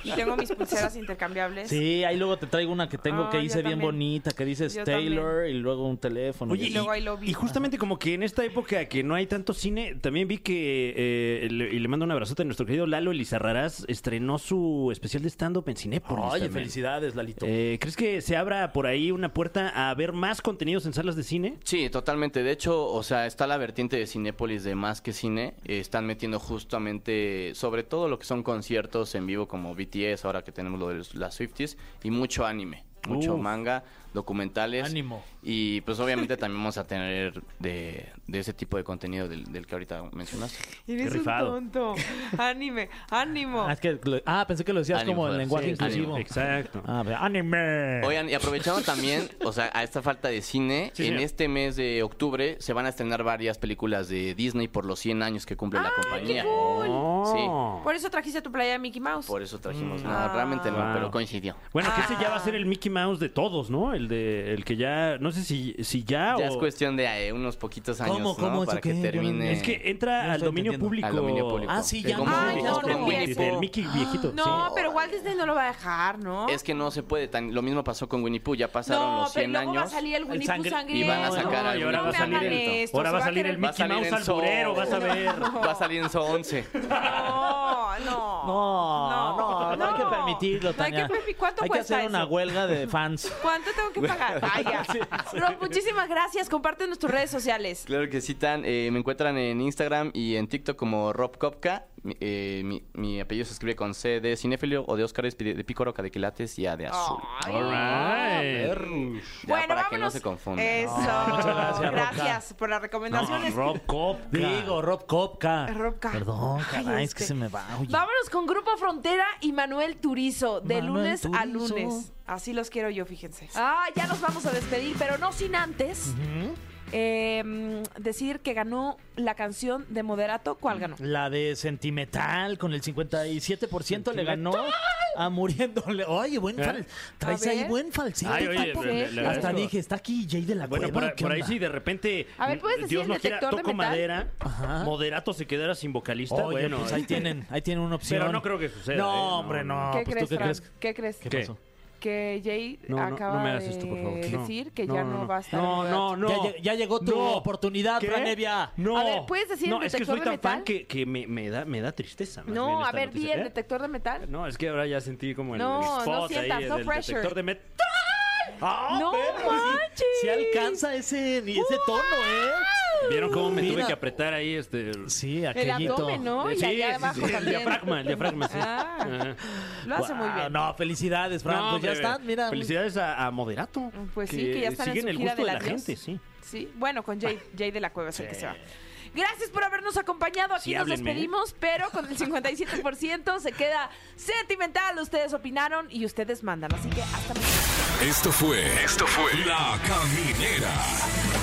Speaker 2: Y tengo mis pulseras intercambiables.
Speaker 3: Sí, ahí luego te traigo una que tengo
Speaker 2: Ah,
Speaker 3: que
Speaker 2: yo
Speaker 3: hice bien
Speaker 2: también.
Speaker 3: bonita, que dices
Speaker 2: Yo
Speaker 3: Taylor y luego un teléfono.
Speaker 4: Oye,
Speaker 3: Y-
Speaker 4: y,
Speaker 2: luego ahí lo vi.
Speaker 4: y justamente como que en esta época que no hay tanto cine, también vi que, eh, le- y le mando un abrazote a nuestro querido Lalo Elizarrarás, estrenó su especial de stand-up en Cinépolis.
Speaker 3: Oye,
Speaker 4: también.
Speaker 3: felicidades, Lalito.
Speaker 4: Eh, ¿Crees que se abra por ahí una puerta a ver más contenidos en salas de cine?
Speaker 9: Sí, totalmente. De hecho, o sea, está la vertiente de Cinépolis de más que cine. Eh, están metiendo justamente, sobre todo lo que son conciertos en vivo como BTS, ahora que tenemos lo de los- las Swifties, y mucho anime, mucho
Speaker 4: Uf.
Speaker 9: manga, documentales.
Speaker 3: Ánimo.
Speaker 9: Y pues obviamente también vamos a tener de, de ese tipo de contenido del, del que ahorita mencionaste.
Speaker 2: Eres
Speaker 4: Qué rifado.
Speaker 2: un tonto. Anime, ánimo.
Speaker 3: Ah, es que lo- ah, pensé que lo decías
Speaker 9: Ánimo,
Speaker 3: como en
Speaker 9: Fer,
Speaker 3: lenguaje
Speaker 9: sí,
Speaker 3: inclusivo.
Speaker 9: ánimo.
Speaker 4: Este, Exacto.
Speaker 3: Ah, pero anime.
Speaker 9: Oigan, y aprovechando también, o sea, a esta falta de cine,
Speaker 4: Sí,
Speaker 9: en
Speaker 4: señor.
Speaker 9: este mes de octubre se van a estrenar varias películas de Disney por los 100 años que cumple la compañía.
Speaker 4: Oh.
Speaker 2: Por eso trajiste tu playa de Mickey Mouse.
Speaker 9: Por eso trajimos. No, realmente no,
Speaker 4: Wow.
Speaker 9: pero coincidió.
Speaker 4: Bueno, que ese ya
Speaker 2: Ah.
Speaker 4: va a ser el Mickey Mouse de todos, ¿no? El de el que ya, no sé si, si ya,
Speaker 9: Ya
Speaker 4: o...
Speaker 9: es cuestión de eh, unos poquitos años
Speaker 3: ¿Cómo,
Speaker 9: ¿no?
Speaker 3: cómo? ¿Eso
Speaker 9: para que
Speaker 3: qué? Yo no
Speaker 9: termine.
Speaker 3: entiendo.
Speaker 4: Es que
Speaker 3: No
Speaker 4: entra al
Speaker 3: Eh, estoy
Speaker 4: dominio,
Speaker 3: entendiendo.
Speaker 4: público.
Speaker 9: Al dominio público.
Speaker 3: Ah, sí,
Speaker 9: Que
Speaker 3: ya.
Speaker 9: como
Speaker 2: Ah,
Speaker 9: un
Speaker 2: ya,
Speaker 9: Disney
Speaker 2: no,
Speaker 9: Plus.
Speaker 2: viejo.
Speaker 4: Del Mickey viejito. sí.
Speaker 2: No, pero
Speaker 9: órale.
Speaker 2: Walt Disney no lo va a dejar, ¿no?
Speaker 9: Es que no se puede tan. Lo mismo pasó con Winnie Pooh. Ya pasaron
Speaker 2: no,
Speaker 9: los
Speaker 2: pero
Speaker 9: 100
Speaker 2: luego va a
Speaker 9: años.
Speaker 2: salir el Winnie Pooh
Speaker 4: sangre-
Speaker 2: sangriento.
Speaker 9: y van a sacar al
Speaker 4: y ahora
Speaker 9: Winnie
Speaker 4: va a
Speaker 9: Pooh
Speaker 4: salir el-
Speaker 9: sangriento.
Speaker 2: esto,
Speaker 4: ahora
Speaker 2: se
Speaker 4: va a
Speaker 2: va a
Speaker 4: salir el
Speaker 2: querer-
Speaker 9: Va a
Speaker 4: Mickey
Speaker 9: salir
Speaker 4: Mouse
Speaker 9: en Saw.
Speaker 4: alburero, vas a ver.
Speaker 9: Va a salir en Saw 11.
Speaker 2: No, no.
Speaker 3: No, no, no, hay que permitirlo,
Speaker 2: No hay que
Speaker 3: Tania.
Speaker 2: permi- ¿Cuánto
Speaker 3: Hay que
Speaker 2: cuesta
Speaker 3: hacer una
Speaker 2: eso?
Speaker 3: huelga de fans.
Speaker 2: ¿Cuánto tengo que pagar? Vaya. Rob, muchísimas gracias. Comparte en nuestras redes sociales.
Speaker 9: Claro que sí, Tan. Eh, me encuentran en Instagram y en TikTok como Rob Kopka. Mi, eh, mi- mi apellido se escribe con C de Cinefilio o de Oscar de Picoroca de Quilates y A de Azul.
Speaker 2: Ay.
Speaker 4: All right.
Speaker 9: Ya para que no se confundan.
Speaker 2: Eso.
Speaker 3: muchas gracias, Rob.
Speaker 2: Gracias por las recomendaciones.
Speaker 4: Rob Cop.
Speaker 3: Digo, Rob Kopka.
Speaker 2: Rob Kopka.
Speaker 3: Perdón,
Speaker 2: Ay,
Speaker 3: caray, es que
Speaker 2: este-
Speaker 3: se me va. oye.
Speaker 2: Vámonos con Grupo Frontera y Manuel Turizo, de
Speaker 3: Manuel
Speaker 2: lunes a
Speaker 3: Turizo.
Speaker 2: lunes. Así los quiero yo, fíjense. Ah, ya nos vamos a despedir, pero no sin antes eh, mm, decir que ganó la canción de Moderato. ¿Cuál ganó?
Speaker 3: La de Sentimental con el 57% le ganó a muriéndole. Oye, buen fal- traes
Speaker 2: A
Speaker 3: ahí
Speaker 2: ver.
Speaker 3: buen falsete.
Speaker 4: ¿Eh? Ay, oye,
Speaker 3: Paco.
Speaker 4: le- le
Speaker 3: Hasta
Speaker 4: agradezco.
Speaker 3: dije, está aquí Jay de la
Speaker 4: Bueno,
Speaker 3: Cueva,
Speaker 4: por,
Speaker 3: ¿qué
Speaker 4: por ahí
Speaker 3: onda?
Speaker 4: sí, de repente.
Speaker 2: A ver, ¿puedes decir
Speaker 4: Dios
Speaker 2: el
Speaker 4: no quiera,
Speaker 2: detector de
Speaker 4: toco
Speaker 2: metal?
Speaker 4: madera.
Speaker 3: Ajá.
Speaker 4: Moderato se quedara sin vocalista.
Speaker 3: Oye,
Speaker 4: bueno,
Speaker 3: pues ahí
Speaker 4: este,
Speaker 3: tienen, ahí tienen una opción.
Speaker 4: Pero no creo que suceda.
Speaker 3: No,
Speaker 4: ¿eh?
Speaker 3: hombre, no.
Speaker 2: ¿Qué,
Speaker 3: pues,
Speaker 2: crees,
Speaker 3: ¿tú qué
Speaker 2: Fran?
Speaker 3: crees?
Speaker 2: ¿Qué crees?
Speaker 3: ¿Qué
Speaker 4: ¿Qué?
Speaker 3: pasó?
Speaker 2: Que Jay
Speaker 4: No, no,
Speaker 2: acaba
Speaker 4: no me hagas
Speaker 2: de
Speaker 4: esto, por favor. No.
Speaker 2: decir que ya no, va a estar. en
Speaker 4: No,
Speaker 2: Moderato.
Speaker 4: no, no.
Speaker 3: Ya lleg- ya llegó tu oportunidad,
Speaker 4: ¿Qué?
Speaker 3: Fran Evia.
Speaker 4: No.
Speaker 2: A ver, ¿puedes decir el
Speaker 4: No, es que
Speaker 2: detector
Speaker 4: soy
Speaker 2: de
Speaker 4: tan fan
Speaker 2: metal?
Speaker 4: que, que me, me da, me da tristeza. más bien
Speaker 2: No, a
Speaker 4: esta
Speaker 2: ver, di
Speaker 4: noticia.
Speaker 2: el
Speaker 4: ¿Eh?
Speaker 2: detector de metal.
Speaker 4: No, es que ahora ya sentí como el
Speaker 2: No, no
Speaker 4: spot ahí
Speaker 2: sientas,
Speaker 4: eh,
Speaker 2: no
Speaker 4: del
Speaker 2: pressure.
Speaker 4: detector de metal. ¡Ah,
Speaker 2: No
Speaker 4: perro!
Speaker 2: manches. Ah.
Speaker 3: Si alcanza ese, ese tono, ¿eh?
Speaker 4: ¿Vieron cómo me
Speaker 3: Mira.
Speaker 4: tuve que apretar ahí este
Speaker 3: Sí,
Speaker 2: El
Speaker 3: aquellito.
Speaker 2: abdomen, ¿no? Y
Speaker 4: Sí,
Speaker 2: allá
Speaker 4: sí,
Speaker 2: abajo
Speaker 4: sí, el
Speaker 2: también.
Speaker 4: diafragma, el diafragma, sí.
Speaker 2: Ah.
Speaker 4: Ajá.
Speaker 2: Lo hace muy
Speaker 3: Guau,
Speaker 2: bien.
Speaker 3: No, felicidades, Fran.
Speaker 4: No,
Speaker 3: pues ya
Speaker 4: hombre,
Speaker 3: están, mira.
Speaker 4: Felicidades a, a Moderato.
Speaker 2: Pues sí, que ya están en
Speaker 4: siguen
Speaker 2: su
Speaker 4: el
Speaker 2: gira
Speaker 4: gusto
Speaker 2: del
Speaker 4: de la
Speaker 2: adiós.
Speaker 4: gente, sí.
Speaker 2: Sí, bueno, con Jay, Jay de la Cueva es el que se va. Gracias por habernos acompañado. Aquí
Speaker 4: Sí,
Speaker 2: nos
Speaker 4: háblenme.
Speaker 2: despedimos, pero con el 57% se queda sentimental. Ustedes opinaron y ustedes mandan. Así que hasta mañana.
Speaker 1: Esto fue. Esto fue. La Caminera.